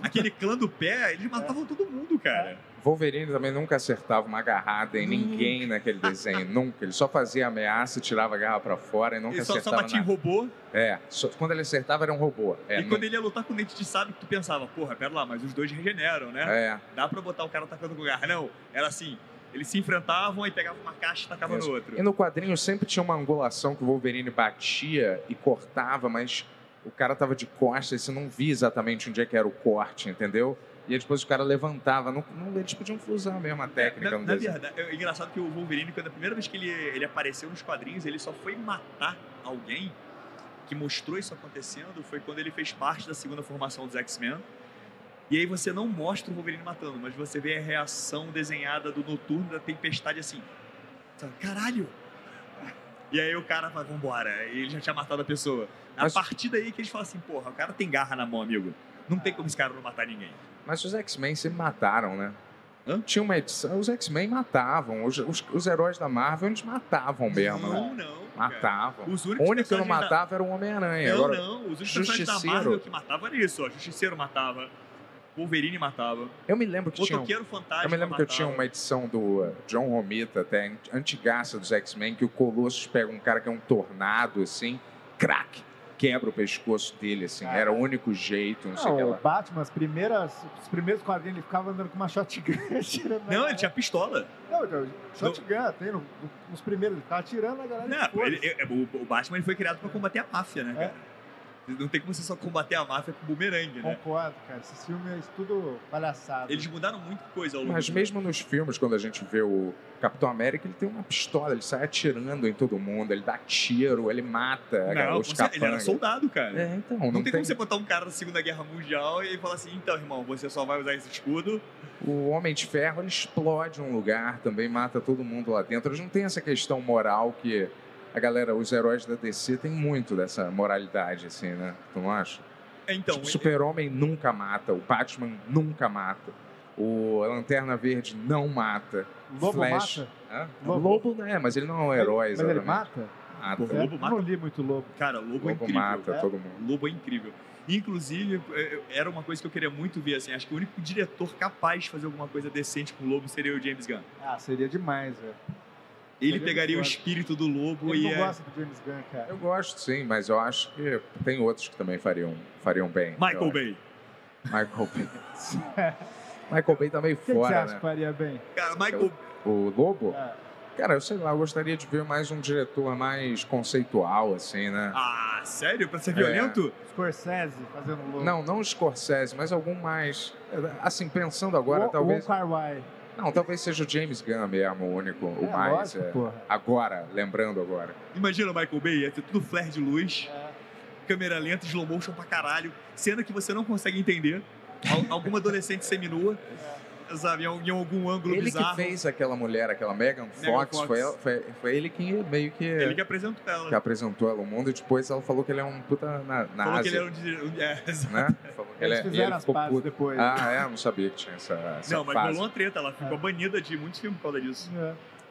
S6: É.
S5: Aquele clã do pé, eles matavam todo mundo, cara.
S3: Wolverine também nunca acertava uma agarrada em ninguém naquele desenho, nunca. Ele só fazia ameaça, tirava a garra pra fora e nunca
S5: Ele só, só
S3: acertava
S5: batia em
S3: nada.
S5: robô.
S3: É, só- quando ele acertava era um robô. É,
S5: e
S3: nu-
S5: quando ele ia lutar com o dente de sabre, tu pensava, porra, pera lá, mas os dois regeneram, né?
S3: é,
S5: Dá pra botar o cara atacando com garra. Não, era assim. Eles se enfrentavam e pegavam uma caixa e tacavam
S3: Isso.
S5: no outro.
S3: E no quadrinho sempre tinha uma angulação que o Wolverine batia e cortava, mas o cara tava de costas, você não via exatamente onde é que era o corte, entendeu? E aí depois o cara levantava. Não, não- eles podiam usar a mesma técnica
S5: É, Na,
S3: no
S5: na
S3: desenho.
S5: verdade, é engraçado que o Wolverine, quando a primeira vez que ele, ele apareceu nos quadrinhos, ele só foi matar alguém que mostrou isso acontecendo foi quando ele fez parte da segunda formação dos X-Men. E aí você não mostra o Wolverine matando, mas você vê a reação desenhada do Noturno da Tempestade assim. sabe, Caralho! E aí o cara fala, vambora. E ele já tinha matado a pessoa. A
S3: Mas-
S5: partir daí que eles falam assim, porra, o cara tem garra na mão, amigo. Não tem como esse cara não matar ninguém.
S3: Mas os X-Men se mataram, né?
S5: Hã?
S3: Tinha uma edição. Os X-Men matavam. Os, os, os heróis da Marvel, eles matavam mesmo. né?
S5: não, não. cara.
S3: Matavam.
S5: Os
S3: O
S5: únicos
S3: único que não
S5: personagens da-
S3: matava era o Homem-Aranha.
S5: Não,
S3: Agora,
S5: não. Os únicos personagens da
S3: Justiceiro.
S5: Marvel que matavam era isso, ó. Justiceiro matava. Wolverine matava.
S3: eu me lembro que tinha. um-
S5: Motoqueiro Fantasma
S3: Eu me lembro que eu tinha um,
S5: matava.
S3: uma edição do uh, John Romita, até an- antigaça dos X-Men, que o Colossus pega um cara que é um tornado, assim, crack, quebra o pescoço dele, assim. Era o único jeito, não sei o que
S6: Não, Ah, o
S3: lá.
S6: Batman, as primeiras, os primeiros quadrinhos, ele ficava andando com uma shotgun atirando. na
S5: Não,
S6: galera.
S5: ele tinha pistola.
S6: Não, então, shotgun, tem no- nos primeiros, ele ficava atirando a galera. e
S5: Não,
S6: foda-se.
S5: ele- é- o, o Batman ele foi criado pra combater a máfia, né,
S6: É.
S5: cara? Não tem como você só combater a máfia com bumerangue, né?
S6: Concordo, cara. Esses filmes é tudo palhaçada.
S5: Eles mudaram muita coisa ao longo
S3: Mas
S5: do-
S3: mesmo nos filmes, quando a gente vê o Capitão América, ele tem uma pistola, ele sai atirando em todo mundo, ele dá tiro, ele mata a galera,
S5: Não,
S3: os
S5: com certeza, ele era
S3: capangas.
S5: soldado, cara.
S3: É, então,
S5: Não,
S3: não,
S5: tem, como você botar um cara da Segunda Guerra Mundial e falar assim, então, irmão, você só vai usar esse escudo.
S3: O Homem de Ferro ele explode um lugar também, mata todo mundo lá dentro. Eles não tem essa questão moral que a galera, os heróis da DC tem muito dessa moralidade, assim, né? Tu não acha?
S5: Então,
S3: tipo, o Super-Homem nunca mata, o Batman nunca mata, o Lanterna Verde não mata.
S6: Lobo
S3: Flash.
S6: mata?
S3: Hã?
S6: Lobo.
S3: Lobo, né? Mas ele não é um herói,
S6: Mas ele
S3: exatamente.
S6: mata?
S3: Mata.
S5: O Lobo
S6: Eu
S5: mata?
S6: Não li muito Lobo.
S5: cara, o Lobo
S3: Lobo
S5: é incrível.
S3: mata
S6: né?
S3: todo mundo.
S5: Lobo é incrível. Inclusive, é, era uma coisa que eu queria muito ver, assim. Acho que o único diretor capaz de fazer alguma coisa decente com o Lobo seria o James Gunn.
S6: Ah, seria demais, velho.
S5: Ele
S6: Seria
S5: pegaria o
S6: foda.
S5: espírito do Lobo
S6: Ele
S5: e... é
S6: não
S5: ia-
S6: gosta do James Gunn, cara.
S3: Eu gosto, sim, mas eu acho que tem outros que também fariam, fariam bem. eu
S5: Michael
S3: acho.
S5: Bay.
S3: Michael Bay. Michael Bay tá meio
S6: O que, que você
S3: fora,
S6: acha
S3: né?
S6: que faria bem?
S5: Cara, Michael...
S3: O Lobo?
S6: Ah,
S3: Cara, eu sei lá, eu gostaria de ver mais um diretor mais conceitual, assim, né?
S5: Ah, sério? Pra ser violento?
S6: Scorsese fazendo Lobo.
S3: Não, não Scorsese, mas algum mais. Assim, pensando agora,
S6: o,
S3: talvez.
S6: O Kar-Wai.
S3: Não, talvez seja o James Gunn mesmo, o único, o
S6: É,
S3: mais.
S6: lógico,
S3: é.
S6: porra.
S3: Agora, lembrando agora.
S5: Imagina o Michael Bay, ia ter tudo flare de luz,
S6: É.
S5: câmera lenta, slow motion pra caralho, cena que você não consegue entender, Al- alguma adolescente seminua, sabe, em al- em algum ângulo
S3: Ele
S5: bizarro.
S3: que fez aquela mulher, aquela Megan Fox,
S5: Fox.
S3: Foi, ela- foi, foi ele que meio que,
S5: Ele que apresentou ela.
S3: que apresentou ela ao mundo e depois ela falou que ele é um puta na, na
S5: Falou que
S3: Ásia,
S5: ele era um... dire- um- é, exato.
S3: né? Falou que
S6: Eles
S3: ele, e
S6: fizeram
S3: ele
S6: as
S3: ficou
S6: pazes
S3: puto.
S6: depois.
S3: Ah, é? Não sabia que tinha essa, essa
S5: Não, mas
S3: fase.
S5: rolou uma treta, ela ficou
S6: É.
S5: banida de muitos filmes por causa disso.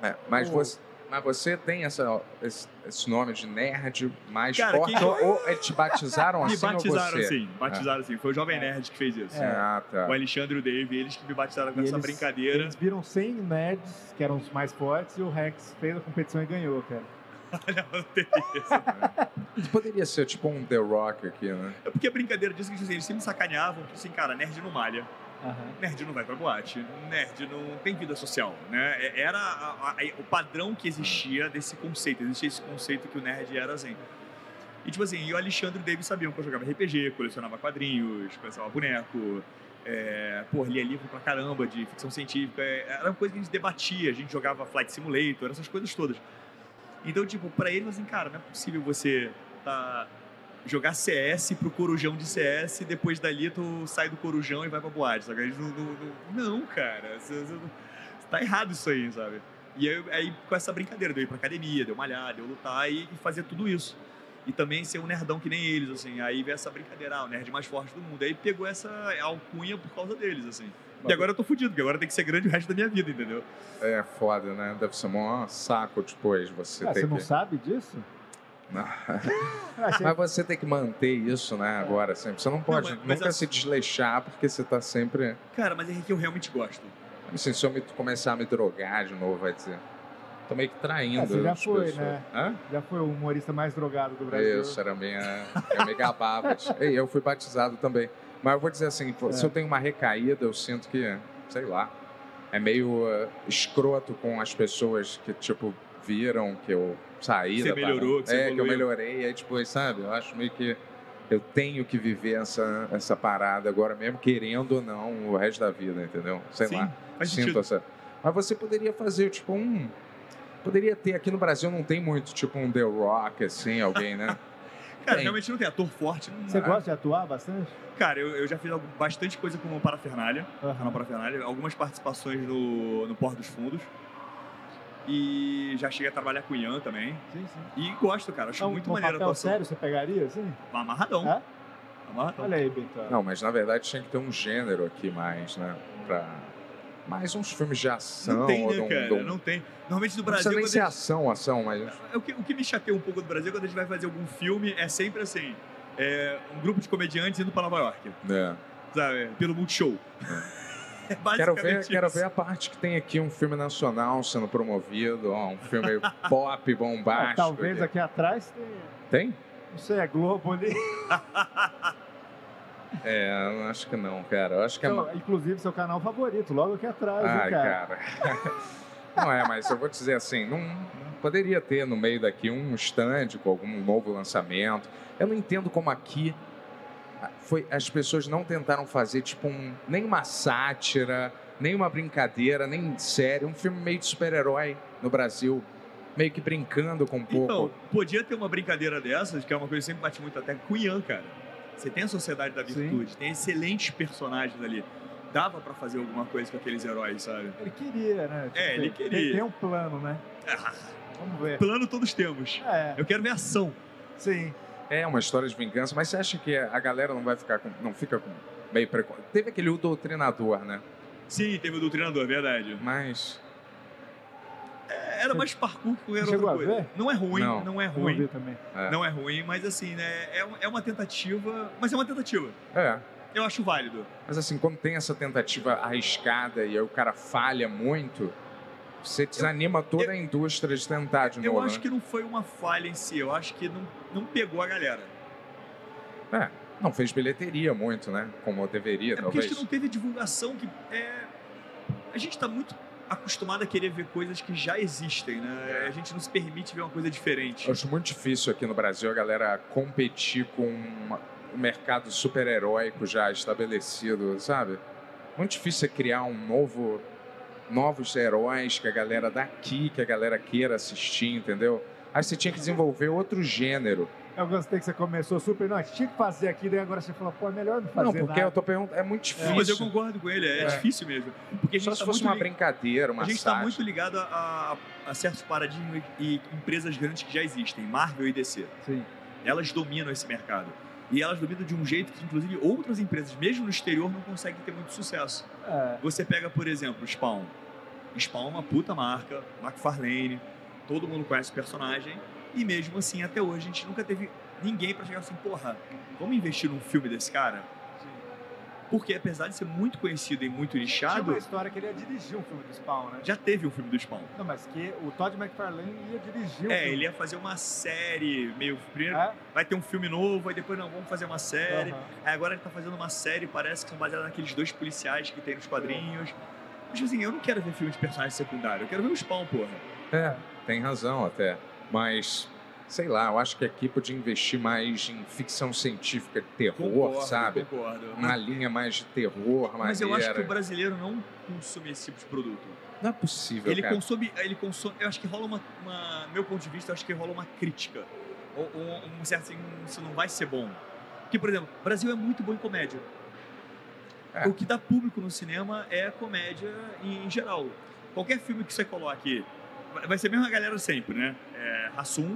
S6: É.
S3: É, mas,
S6: O-
S3: você, mas você tem essa, esse, esse nome de nerd mais
S5: Cara,
S3: forte?
S5: quem-
S3: Ou, ou eles te batizaram
S5: Me
S3: assim
S5: batizaram
S3: ou você? É.
S5: assim, batizaram assim. Foi o Jovem Nerd que fez isso.
S6: É.
S3: Ah, tá.
S5: O Alexandre e o Dave, eles que me batizaram com
S6: E
S5: essa
S6: eles-
S5: brincadeira.
S6: Eles viram 100 nerds, que eram os mais fortes, e o Rex fez a competição e ganhou, cara.
S5: Não, tem-
S3: Poderia ser tipo um The Rock aqui, né?
S5: é porque a brincadeira disso que assim, eles sempre sacaneavam, que assim, cara, nerd não malha,
S6: Aham.
S5: nerd não vai pra boate, nerd não tem vida social, né? É- Era a- a- a- o padrão que existia desse conceito, existia esse conceito que o nerd era zen. E tipo assim, e o Alexandre e o Dave sabiam que eu jogava RPG, colecionava quadrinhos, colecionava boneco, é, pô, lia livro pra caramba de ficção científica. é, Era uma coisa que a gente debatia, a gente jogava Flight Simulator, essas coisas todas. Então, tipo, pra ele, assim, cara, não é possível você tá, jogar CS pro corujão de CS e depois dali tu sai do corujão e vai pra boate, sabe? Eles não, não, não, não, cara, você, você não- tá errado isso aí, sabe? E aí, aí com essa brincadeira, deu ir pra academia, deu malhar, deu lutar e, e fazer tudo isso. E também ser um nerdão que nem eles, assim. Aí veio essa brincadeira, ah, o nerd mais forte do mundo. Aí pegou essa alcunha por causa deles, assim. E agora eu tô fudido, porque agora tem que ser grande o resto da minha vida, entendeu?
S3: É foda, né? Deve ser um maior saco depois você
S6: Ah,
S3: ter
S6: você não
S3: que...
S6: sabe disso? Ah,
S3: Não.
S6: Eu achei
S3: Mas você tem que manter isso, né? Agora sempre. Você não pode
S5: mas- mas
S3: nunca
S5: a-
S3: se desleixar porque você tá sempre...
S5: Cara, mas é que eu realmente gosto.
S3: Assim, se eu me- começar a me drogar de novo, vai dizer... Tô meio que traindo
S6: É, você já
S3: as
S6: foi,
S3: pessoas.
S6: né?
S3: Hã?
S6: Já foi o humorista mais drogado do Brasil.
S3: Isso, era minha. Eu me gabava. e eu fui batizado também. Mas eu vou dizer assim: pô,
S6: É.
S3: se eu tenho uma recaída, eu sinto que, sei lá, é meio eh, escroto com as pessoas que, tipo, viram que eu saí
S5: Você
S3: da parada.
S5: melhorou, que você
S3: É, que eu
S5: evoluiu.
S3: melhorei. Aí, tipo, sabe, eu acho meio que. eu tenho que viver essa, essa parada agora mesmo, querendo ou não, o resto da vida, entendeu? Sei
S5: Sim,
S3: lá.
S5: faz
S3: Sinto
S5: sentido.
S3: essa. Mas você poderia fazer, tipo, um. Poderia ter, aqui no Brasil não tem muito, tipo um The Rock, assim, alguém, né?
S5: Cara,
S3: Tem.
S5: realmente não tem ator forte. Não...
S6: Você gosta de atuar bastante?
S5: Cara, eu, eu já fiz algu- bastante coisa com o Parafernália, canal Parafernália, algumas participações no, no Porto dos Fundos. E já cheguei a trabalhar com o Ian também.
S6: Sim, sim.
S5: E gosto, cara. Acho
S6: É um,
S5: muito
S6: um
S5: maneiro a
S6: papel
S5: atuação.
S6: sério você pegaria, assim?
S5: Amarradão.
S6: É?
S5: Amarradão.
S6: Olha aí, Bento.
S3: Não, mas na verdade tinha que ter um gênero aqui mais, né? Pra. Mais uns filmes de ação.
S5: Não tem,
S3: ou de
S5: né,
S3: um-
S5: cara?
S3: de um-
S5: Não tem. Normalmente no
S3: Não precisa
S5: Brasil,
S3: nem
S5: quando
S3: ser
S5: a
S3: ação, ação, mas.
S5: É, O que, o que me chateia um pouco do Brasil quando a gente vai fazer algum filme é sempre assim: é, um grupo de comediantes indo pra Nova York,
S3: né.
S5: sabe? Pelo Multishow. É
S3: Quero
S5: basicamente
S3: ver,
S5: isso.
S3: quero ver a parte que tem aqui um filme nacional sendo promovido, ó, um filme pop, bombástico.
S6: Ah, talvez
S3: aqui.
S6: aqui atrás tenha.
S3: Tem?
S6: Não sei, é Globo ali.
S3: É, eu acho que não, cara. Eu acho que é. ma-
S6: Seu- inclusive, seu canal favorito, logo aqui atrás,
S3: Ai,
S6: hein, cara?
S3: cara. não é, mas eu vou dizer assim, não, não poderia ter no meio daqui um stand com algum novo lançamento. Eu não entendo como aqui ah, foi, as pessoas não tentaram fazer tipo um, nem uma sátira, nem uma brincadeira, nem série, um filme meio de super-herói no Brasil, meio que brincando com um pouco.
S5: Então, podia ter uma brincadeira dessas, que é uma coisa que sempre bate muito até com o Ian, cara. Você tem a Sociedade da
S6: Sim.
S5: Virtude, tem excelentes personagens ali. Dava pra fazer alguma coisa com aqueles heróis, sabe?
S6: Ele queria, né? Tipo,
S5: É, ele
S6: tem-
S5: queria.
S6: Tem, tem um plano, né? Vamos ver.
S5: Plano todos temos.
S6: É,
S5: Eu quero ver ação.
S6: sim.
S3: É uma história de vingança, mas você acha que a galera não vai ficar com, não fica com meio preconceito? Teve aquele o doutrinador, né?
S5: Sim, teve o Doutrinador, verdade.
S3: Mas
S5: É, Era mais parkour que qualquer
S6: Chegou
S5: outra
S6: a
S5: coisa.
S6: ver?
S5: Não é ruim,
S3: Não.
S5: não é
S6: Vamos
S5: ruim.
S6: ver também.
S3: É.
S5: Não é ruim, mas assim, né? É, um- é uma tentativa. Mas é uma tentativa.
S3: é,
S5: Eu acho válido.
S3: Mas assim, quando tem essa tentativa arriscada e aí o cara falha muito, você desanima toda a indústria de tentar de
S5: Eu
S3: novo.
S5: acho
S3: né?
S5: que não foi uma falha em si. Eu acho que não, não pegou a galera.
S3: Não fez bilheteria muito, né? Como deveria,
S5: É porque
S3: talvez.
S5: acho que não teve divulgação que. É... A gente tá muito acostumado a querer ver coisas que já existem,
S3: É.
S5: né? A gente não se permite ver uma coisa diferente.
S3: Eu acho muito difícil aqui no Brasil a galera competir com uma- um mercado super-heróico já estabelecido, sabe? Muito difícil é criar um novo. novos heróis que a galera daqui, que a galera queira assistir, entendeu? Aí você tinha que desenvolver outro gênero.
S6: Eu gostei que você começou super. Não, a gente tinha que fazer aqui, daí agora você falou, pô, é melhor não fazer
S3: Não, porque
S6: nada.
S3: eu tô perguntando. É muito difícil.
S5: Mas eu concordo com ele, é,
S3: É.
S5: difícil mesmo. Porque a gente
S3: Só
S5: tá
S3: se fosse
S5: muito
S3: uma
S5: li-
S3: brincadeira, uma
S5: A gente tá está
S3: sátira.
S5: muito ligado a, a- a certos paradigmas e empresas grandes que já existem, Marvel e DC.
S6: Sim.
S5: Elas dominam esse mercado. E elas dominam de um jeito que, inclusive, outras empresas, mesmo no exterior, não conseguem ter muito sucesso.
S6: É,
S5: Você pega, por exemplo, Spawn. Spawn é uma puta marca, McFarlane, todo mundo conhece o personagem. E mesmo assim, até hoje, a gente nunca teve ninguém pra chegar assim, porra, vamos investir num filme desse cara? Porque apesar de ser muito conhecido e muito
S6: tinha uma
S5: lixado,
S6: história que ele ia dirigir um filme do Spawn, né?
S5: já teve um filme do Spawn.
S6: Não, mas que o Todd McFarlane ia dirigir o
S5: É,
S6: um filme.
S5: ele ia fazer uma série meio. Primeiro
S6: É?
S5: vai ter um filme novo, aí depois não, vamos fazer uma série.
S6: Aham.
S5: Aí agora ele tá fazendo uma série, parece que são baseadas naqueles dois policiais que tem nos quadrinhos. Mas tipo assim, eu não quero ver filme de personagem secundário, eu quero ver o Spawn, porra.
S3: É, tem razão até. Mas, sei lá, eu acho que aqui podia investir mais em ficção científica de terror, sabe?
S5: Concordo.
S3: Uma linha mais de terror,
S5: Mas eu acho que o
S3: maneira.
S5: brasileiro não consome esse tipo de produto.
S3: Não é possível,
S5: ele
S3: cara.
S5: consome, ele consome. Eu acho que rola uma, uma- meu ponto de vista, eu acho que rola uma crítica. Ou, ou um certo assim, hum, isso não vai ser bom. Porque, por exemplo, o Brasil é muito bom em comédia.
S3: É.
S5: O que dá público no cinema é comédia em, em geral. Qualquer filme que você coloque, vai- vai ser a mesma galera sempre, né? É, Hassum,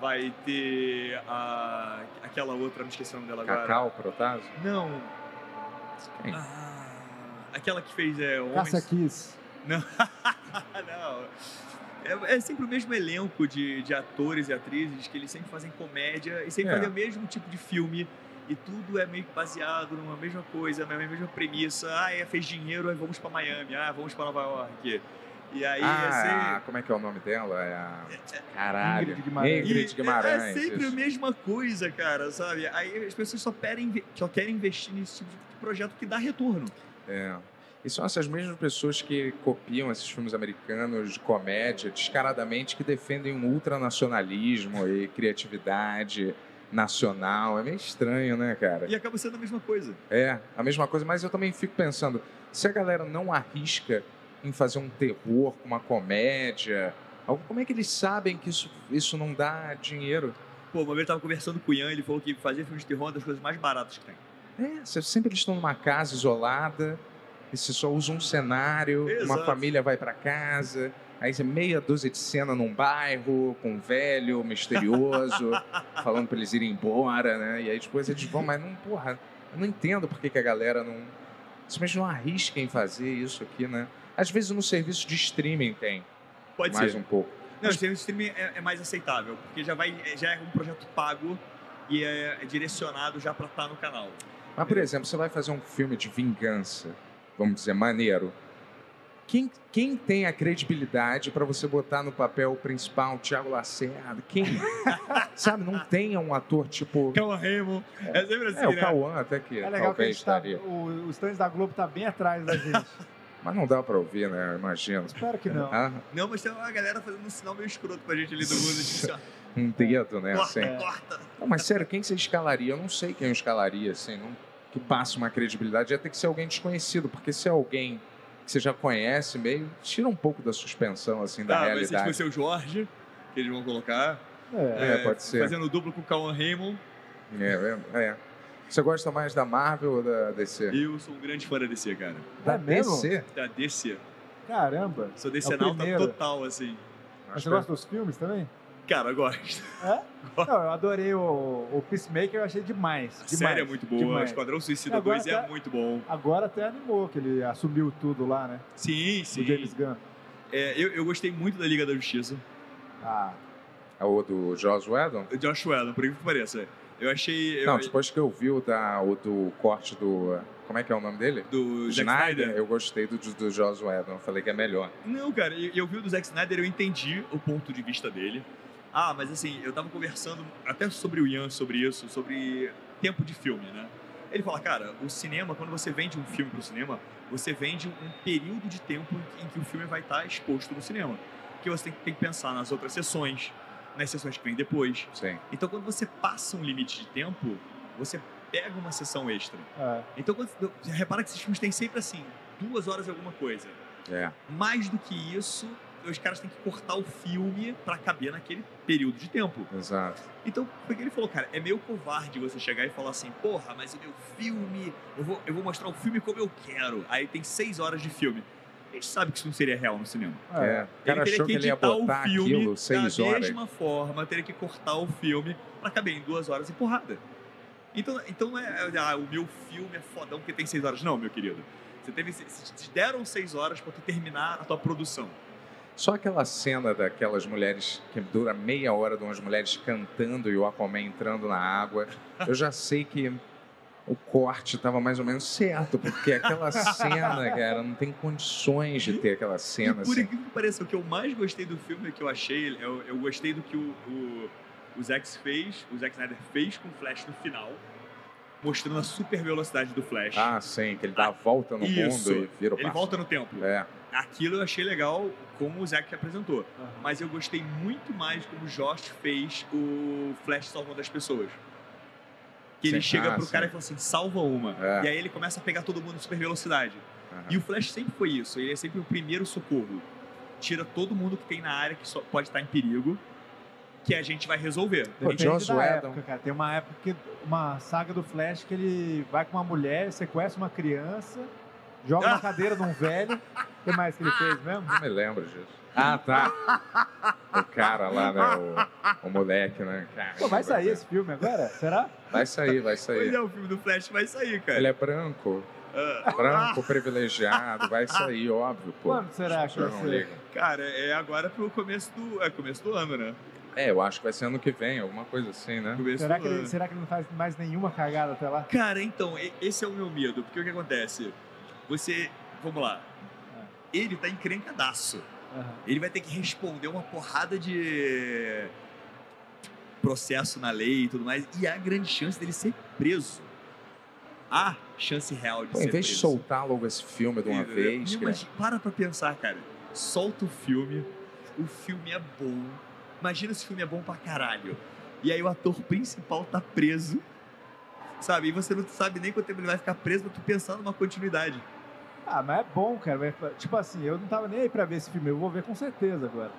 S5: vai ter a, aquela outra, me esqueci o nome dela agora.
S3: Cacau, Protásio?
S5: Não.
S3: Quem?
S5: Ah, aquela que fez é, Homens...
S6: Caça Kiss.
S5: Não. não. É, é sempre o mesmo elenco de, de atores e atrizes que eles sempre fazem comédia e sempre
S3: É.
S5: fazem o mesmo tipo de filme. E tudo é meio que baseado numa mesma coisa, na mesma premissa. Ah, é, fez dinheiro, aí vamos pra Miami. Ah, vamos pra Nova York. E aí é
S3: ah,
S5: sempre...
S3: como é que é o nome dela? É a... Caralho.
S6: Ingrid Guimarães.
S3: Ingrid Guimarães.
S5: É sempre a
S3: isso.
S5: mesma coisa, cara, sabe? Aí as pessoas só, querem inve- só querem investir nesse tipo de projeto que dá retorno.
S3: É. E são essas mesmas pessoas que copiam esses filmes americanos de comédia descaradamente que defendem um ultranacionalismo e criatividade nacional. É meio estranho, né, cara?
S5: E acaba sendo a mesma coisa.
S3: É, a mesma coisa, mas eu também fico pensando, se a galera não arrisca em fazer um terror com uma comédia, algo- como é que eles sabem que isso, isso não dá dinheiro?
S5: Pô, uma vez eu tava conversando com o Ian, ele falou que fazer filmes de terror é uma das coisas mais baratas que tem.
S3: É, se- sempre eles estão numa casa isolada, e se só usa um cenário,
S5: Exato.
S3: uma família vai pra casa, aí você meia dúzia de cena num bairro, com um velho misterioso, falando pra eles irem embora, né? E aí depois eles vão, mas não, porra, eu não entendo por que, que a galera não. Simplesmente não arrisca em fazer isso aqui, né? Às vezes no serviço de streaming tem,
S5: Pode
S3: mais
S5: ser.
S3: um pouco.
S5: Não, o serviço de streaming é, é mais aceitável, porque já, vai, é- já é um projeto pago e é, é direcionado já pra estar no canal.
S3: Mas, por exemplo, você vai fazer um filme de vingança, vamos dizer, maneiro. Quem, quem tem a credibilidade para você botar no papel principal o Thiago Lacerda? Quem? Sabe, não tenha um ator tipo.
S5: Calma, Remo. É sempre assim,
S3: É, o
S5: né?
S3: Cauã até que
S6: É legal que a
S3: talvez
S6: gente tá,
S3: estaria.
S6: o, os stands da Globo tá bem atrás da gente.
S3: Mas não dá para ouvir, né? Eu imagino.
S6: Espero que não.
S3: Ah,
S5: Não, mas tem uma galera fazendo um sinal meio escroto pra gente ali do mundo. Assim, ó,
S3: um dedo, né?
S5: corta,
S3: Assim.
S5: corta.
S3: Não, mas sério, quem você escalaria? Eu não sei quem eu escalaria, assim, não, que passa uma credibilidade. Ia ter que ser alguém desconhecido, porque se é alguém que você já conhece meio, tira um pouco da suspensão, assim, da
S5: Tá, vai ser tipo o
S3: realidade.
S5: seu Jorge, que eles vão colocar.
S6: É.
S3: É, pode ser.
S5: Fazendo duplo com o Calma Raymond.
S3: É, é, é. Você gosta mais da Marvel ou da DC?
S5: Eu sou um grande fã da DC, cara.
S3: da
S6: É mesmo?
S3: DC?
S5: Da DC.
S6: Caramba.
S5: Sou DC-nauta
S6: É primeiro.
S5: total, assim.
S6: Mas
S3: é.
S6: você gosta dos filmes também?
S5: Cara, eu gosto.
S6: Não, eu adorei o, o Peacemaker, eu achei demais.
S5: A
S6: demais
S5: série é muito boa,
S6: demais.
S5: Esquadrão Suicida
S6: E agora
S5: 2 é
S6: tá-
S5: muito bom.
S6: Agora até animou que ele assumiu tudo lá, né?
S5: Sim, sim.
S6: O James Gunn.
S5: É, eu, eu gostei muito da Liga da Justiça.
S6: Ah,
S3: É o do Joss Whedon?
S5: O Josh Whedon, por incrível que pareça. Eu achei... Eu,
S3: Não, depois que eu vi o, da, o do corte do... Como é que é o nome dele?
S5: do Zack
S3: Snyder, eu gostei do, do Joss Whedon. Eu falei que é melhor.
S5: Não, cara, eu, eu vi o do Zack Snyder, eu entendi o ponto de vista dele. Ah, mas assim, eu tava conversando até sobre o Ian, sobre isso, sobre tempo de filme, né? Ele fala, cara, o cinema, quando você vende um filme pro cinema, você vende um período de tempo em que o filme vai estar exposto no cinema. Que você tem que, tem que pensar nas outras sessões, nas sessões que vem depois.
S3: Sim.
S5: Então, quando você passa um limite de tempo, você pega uma sessão extra.
S6: é.
S5: Então, quando, repara que esses filmes têm sempre assim, duas horas e alguma coisa.
S3: É.
S5: Mais do que isso, os caras têm que cortar o filme pra caber naquele período de tempo.
S3: Exato.
S5: Então, porque ele falou, cara, é meio covarde você chegar e falar assim, porra, mas o meu filme, eu vou, eu vou mostrar o filme como eu quero. Aí tem seis horas de filme. A gente sabe que isso não seria real no cinema.
S3: É. O cara
S5: Ah, teria
S3: achou que ele ia
S5: editar
S3: botar
S5: o filme
S3: aquilo seis
S5: da
S3: horas.
S5: mesma forma, teria que cortar o filme pra caber em duas horas e porrada. Então, então não é, ah, o meu filme é fodão porque tem seis horas. Não, meu querido. Você teve, se- se te deram seis horas pra tu terminar a tua produção.
S3: Só aquela cena daquelas mulheres que dura meia hora de umas mulheres cantando e o Aquaman entrando na água. Eu já sei que o corte estava mais ou menos certo, porque aquela cena, cara, não tem condições de ter aquela
S5: E
S3: cena
S5: por
S3: assim.
S5: incrível que pareça, o que eu mais gostei do filme, que eu achei, eu, eu gostei do que o, o, o Zack fez, o Zack Snyder fez com o Flash no final, mostrando a super velocidade do Flash.
S3: Ah, sim, que ele dá a volta no
S5: Isso.
S3: mundo e vira o
S5: Ele volta no tempo.
S3: É,
S5: Aquilo eu achei legal como o Zack apresentou.
S6: Aham.
S5: Mas eu gostei muito mais como o Josh fez o Flash salvando as pessoas. Que ele
S3: Sim.
S5: chega
S3: Ah,
S5: pro
S3: sim.
S5: cara e fala assim, salva uma.
S3: É.
S5: E aí ele começa a pegar todo mundo em super velocidade.
S3: aham.
S5: E o Flash sempre foi isso, ele é sempre o primeiro socorro. Tira todo mundo que tem na área que só pode estar em perigo, que a gente vai resolver.
S3: Pô, é
S6: Depende
S3: Joss
S6: da
S3: Whedon.
S6: época, cara. Tem uma época que. Uma saga do Flash que ele vai com uma mulher, sequestra uma criança, joga
S5: Ah.
S6: na cadeira de um velho. O que mais que ele fez mesmo?
S3: Não me lembro disso. Ah, tá. O cara lá, né? O, o moleque, né? Caramba,
S6: Pô, vai sair esse filme agora? Será?
S3: Vai sair, vai
S5: Pois
S3: sair.
S5: é, o filme do Flash vai sair, cara.
S3: Ele é branco.
S5: Ah,
S3: branco, privilegiado, vai sair, óbvio, pô.
S6: Quando será
S3: As
S6: que
S3: pessoas
S6: vai
S3: não
S6: ser?
S3: ligam.
S5: cara, é agora pro começo do. É começo do ano, né?
S3: É, eu acho que vai ser ano que vem, alguma coisa assim, né?
S5: Começo
S6: Será
S5: do
S6: que, ele,
S5: ano.
S6: será que ele não faz mais nenhuma cagada até lá?
S5: Cara, então, e- esse é o meu medo, porque o que acontece? Você. Vamos lá. Ele tá encrencadaço.
S6: Aham.
S5: Ele vai ter que responder uma porrada de processo na lei e tudo mais. E há grande chance dele ser preso. Há chance real de
S3: Pô,
S5: ser
S3: em vez de
S5: preso.
S3: soltar logo esse filme de uma
S5: Entendeu?
S3: vez, é-
S5: Não,
S3: cara.
S5: mas para pra pensar, cara. Solta o filme. O filme é bom. Imagina se o filme é bom pra caralho. E aí o ator principal tá preso, sabe? E você não sabe nem quanto tempo ele vai ficar preso, mas tu pensando numa continuidade.
S6: Ah, mas é bom, cara. mas, Tipo assim, eu não tava nem aí pra ver esse filme, eu vou ver com certeza agora.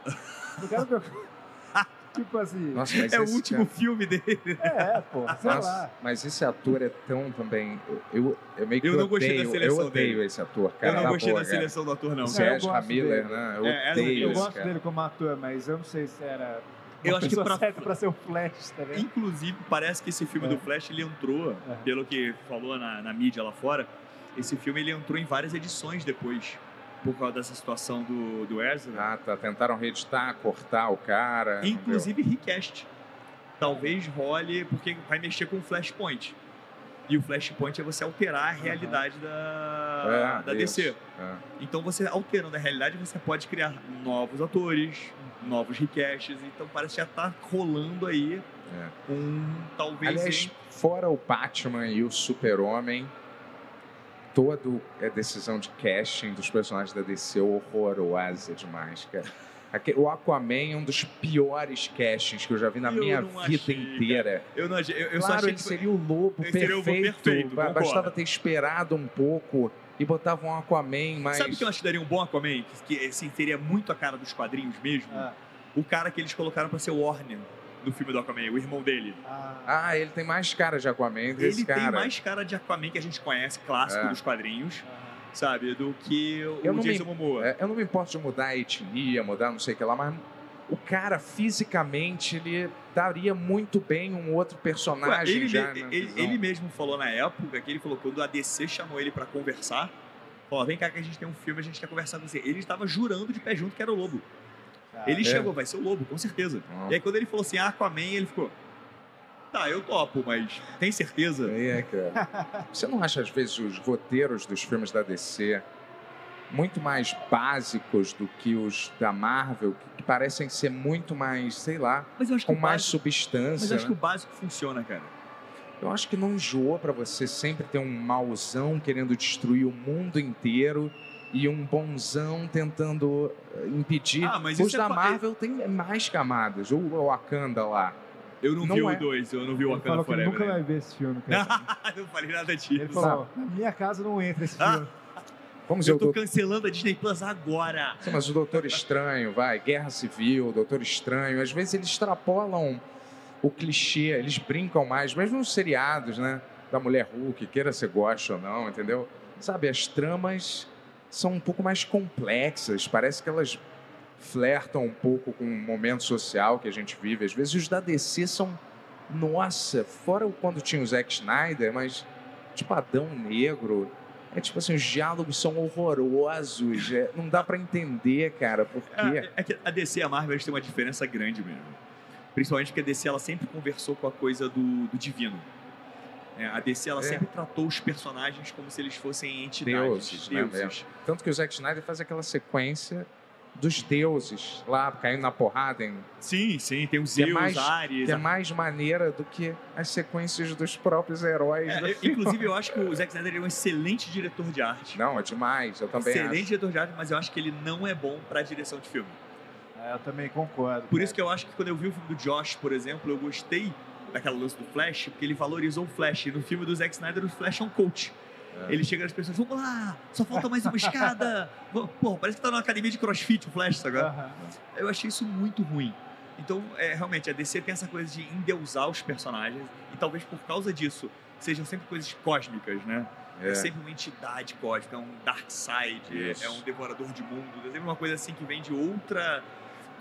S6: Não quero ver. tipo assim.
S3: Nossa, mas
S5: é o
S3: esse
S5: último filme dele.
S6: É, pô, sei
S3: Nossa,
S6: lá.
S3: mas esse ator é tão também. Eu, eu meio que
S5: Eu não
S3: odeio,
S5: gostei da seleção
S3: eu odeio
S5: dele.
S3: esse ator,
S5: Eu
S3: cara.
S5: não
S3: na
S5: gostei
S3: boa, é.
S5: da seleção do ator,
S3: Cara.
S5: não.
S6: Não, eu
S3: Sérgio
S6: gosto
S3: Hamiller,
S6: dele.
S3: né? Eu
S5: É, essa-
S3: odeio
S6: Eu
S3: esse
S6: gosto
S3: cara.
S6: dele como ator, mas eu não sei se era.
S5: Eu
S6: uma
S5: acho que
S6: pessoa
S5: pra-
S6: certa pra ser o Flash, tá ligado?
S5: Inclusive, parece que esse filme
S6: É.
S5: do Flash, ele entrou,
S6: É.
S5: pelo que falou na, na mídia lá fora, esse filme ele entrou em várias edições depois, por causa dessa situação do, do Ezra.
S3: Ah, tá. Tentaram reeditar, cortar o cara. É, não deu.
S5: Inclusive request. Talvez role, porque vai mexer com o Flashpoint. E o Flashpoint é você alterar a realidade da,
S3: É,
S5: da
S3: isso.
S5: DC.
S3: É.
S5: Então você alterando a realidade, você pode criar novos atores, novos requests. Então parece que já tá rolando aí um talvez.
S3: É. Aliás,
S5: hein?
S3: fora o Batman e o Super-Homem, toda a decisão de casting dos personagens da DC é horrorosa demais, cara. Aque- O Aquaman é um dos piores castings que eu já vi na
S5: Eu
S3: minha
S5: não
S3: vida
S5: achei, cara.
S3: inteira.
S5: eu não achei- eu, eu só
S3: claro,
S5: achei
S3: ele
S5: que foi-
S3: seria o lobo
S5: ele
S3: perfeito.
S5: seria o lobo perfeito,
S3: ba-
S5: concordo.
S3: Bastava ter esperado um pouco e botava um Aquaman mais...
S5: Sabe o que eu acho que daria um bom Aquaman? Que, que assim, seria muito a cara dos quadrinhos mesmo?
S6: Ah,
S5: O cara que eles colocaram pra ser o Warner no filme do Aquaman, o irmão dele.
S6: ah,
S3: Ah, ele tem mais cara de Aquaman do que esse
S5: Ele
S3: cara.
S5: tem mais cara de Aquaman que a gente conhece, clássico
S3: É.
S5: dos quadrinhos,
S6: ah.
S5: sabe? Do que o
S3: Eu não
S5: Jason
S3: me-
S5: Momoa.
S3: É, Eu não me importo de mudar a etnia, mudar não sei o que lá, mas o cara fisicamente ele daria muito bem um outro
S5: Ué,
S3: personagem
S5: ele,
S3: já.
S5: me-
S3: na
S5: ele-
S3: visão.
S5: ele mesmo falou na época que ele falou quando a DC chamou ele pra conversar. Ó, vem cá que a gente tem um filme, a gente quer conversar com você. Ele estava jurando de pé junto que era o Lobo. ele
S3: é?
S5: chegou, vai ser o Lobo, com certeza.
S3: Não.
S5: E aí quando ele falou assim, ah, Aquaman, ele ficou... Tá, eu topo, mas tem certeza?
S3: É, cara. Você não acha às vezes os roteiros dos filmes da DC muito mais básicos do que os da Marvel, que- que parecem ser muito mais, sei lá,
S5: Mas eu acho que
S3: com
S5: o
S3: mais
S5: básico, mas
S3: substância.
S5: eu acho que
S3: né?
S5: o básico funciona, cara.
S3: Eu acho que não enjoou pra você sempre ter um mauzão querendo destruir o mundo inteiro e um bonzão tentando eh, impedir.
S5: Ah, mas
S3: Os
S5: isso é
S3: da
S5: fa-
S3: Marvel tem mais camadas. O Wakanda lá.
S5: Eu não,
S3: Não
S5: vi
S3: é.
S5: o 2, eu não vi o
S6: Ele
S5: Wakanda
S6: falou que
S5: Forever.
S6: nunca
S5: né?
S6: vai ver esse filme, cara.
S5: não falei nada
S6: Ele
S5: disso.
S6: falou, na minha casa não entra esse
S5: Ah.
S6: filme.
S3: Vamos dizer,
S5: Eu
S3: o
S5: tô
S3: doutor...
S5: cancelando a Disney Plus agora.
S3: Sim, mas o Doutor Estranho, vai, Guerra Civil, Doutor Estranho. Às vezes eles extrapolam o clichê, eles brincam mais, mesmo nos seriados, né? Da Mulher Hulk, queira você goste ou não, entendeu? Sabe, as tramas são um pouco mais complexas, parece que elas flertam um pouco com o momento social que a gente vive. Às vezes os da DC são, nossa, fora o- quando tinha o Zack Snyder, mas tipo Adão Negro. É tipo assim, os diálogos são horrorosos, é, não dá pra entender, cara, por quê.
S5: É, é que a DC e a Marvel eles têm uma diferença grande mesmo. Principalmente porque a DC ela sempre conversou com a coisa do, do divino. É, a DC ela
S3: É.
S5: sempre tratou os personagens como se eles fossem entidades,
S3: Deuses, né,
S5: deuses.
S3: Tanto que o Zack Snyder faz aquela sequência dos deuses lá, caindo na porrada, em,
S5: Sim, sim, tem os
S3: Que é
S5: Zeus,
S3: mais-
S5: Ares.
S3: que é
S5: a-
S3: mais maneira do que as sequências dos próprios heróis.
S5: É,
S3: do
S5: eu-
S3: filme.
S5: inclusive, eu acho que o Zack Snyder ele é um excelente diretor de arte.
S3: Não, é demais, eu também
S5: excelente
S3: acho.
S5: diretor de arte, mas eu acho que ele não é bom pra direção de filme.
S6: Ah, eu também concordo.
S5: Por isso que eu acho que quando eu vi o filme do Josh, por exemplo, eu gostei daquela lance do Flash, porque ele valorizou o Flash. E no filme do Zack Snyder, o Flash é um coach.
S3: É.
S5: Ele chega nas pessoas, vamos lá, só falta mais uma escada. Vamos- Pô, parece que tá numa academia de crossfit o Flash agora.
S6: Aham.
S5: Eu achei isso muito ruim. Então, é, realmente, a DC tem essa coisa de endeusar os personagens, e talvez por causa disso sejam sempre coisas cósmicas, né? É,
S3: É.
S5: sempre uma entidade cósmica, é um dark side,
S3: Isso.
S5: é um devorador de mundo, é sempre uma coisa assim que vem de outra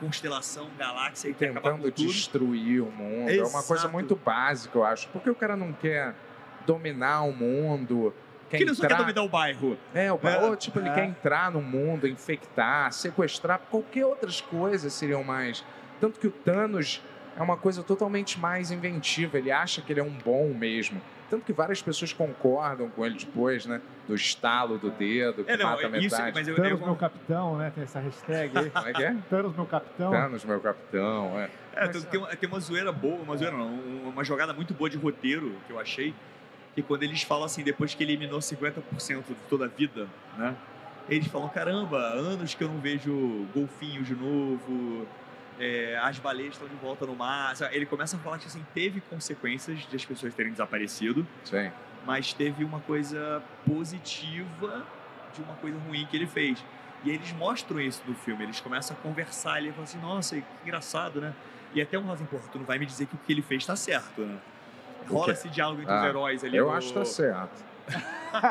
S5: constelação, galáxia e quer acabar com
S3: tentando
S5: tudo.
S3: destruir o mundo. É uma coisa
S5: Exato.
S3: muito básica, eu acho. Por que o cara não quer dominar o mundo? Quer
S5: Que ele só quer
S3: entrar...
S5: dominar o bairro.
S3: É, o...
S5: É.
S3: ou tipo, ele
S6: É.
S3: quer entrar no mundo, infectar, sequestrar, qualquer outras coisas seriam mais. Tanto que o Thanos é uma coisa totalmente mais inventiva, ele acha que ele é um bom mesmo. Tanto que várias pessoas concordam com ele depois, né? Do estalo do dedo, que
S5: É, não,
S3: mata a
S5: isso,
S3: metade.
S5: mas eu,
S6: Thanos, meu
S5: eu,
S6: capitão, né? Tem essa hashtag aí.
S3: Como é que é?
S6: Thanos, meu capitão.
S3: Thanos, meu capitão. É.
S5: é, tem, tem uma, tem uma zoeira boa, uma zoeira não, um- uma jogada muito boa de roteiro que eu achei, que quando eles falam assim, depois que eliminou 50% de toda a vida, né? Eles falam, caramba, anos que eu não vejo golfinhos de novo, é, as baleias estão de volta no mar. Sabe, Ele começa a falar que assim, teve consequências de as pessoas terem desaparecido,
S3: Sim.
S5: mas teve uma coisa positiva de uma coisa ruim que ele fez. E eles mostram isso no filme, eles começam a conversar, ele fala assim, nossa, que engraçado, né? E até um lado assim, pô, tu não vai me dizer que o que ele fez tá certo, né? Rola esse diálogo entre os
S3: Ah,
S5: heróis ali.
S3: Eu
S5: no-
S3: acho que tá certo.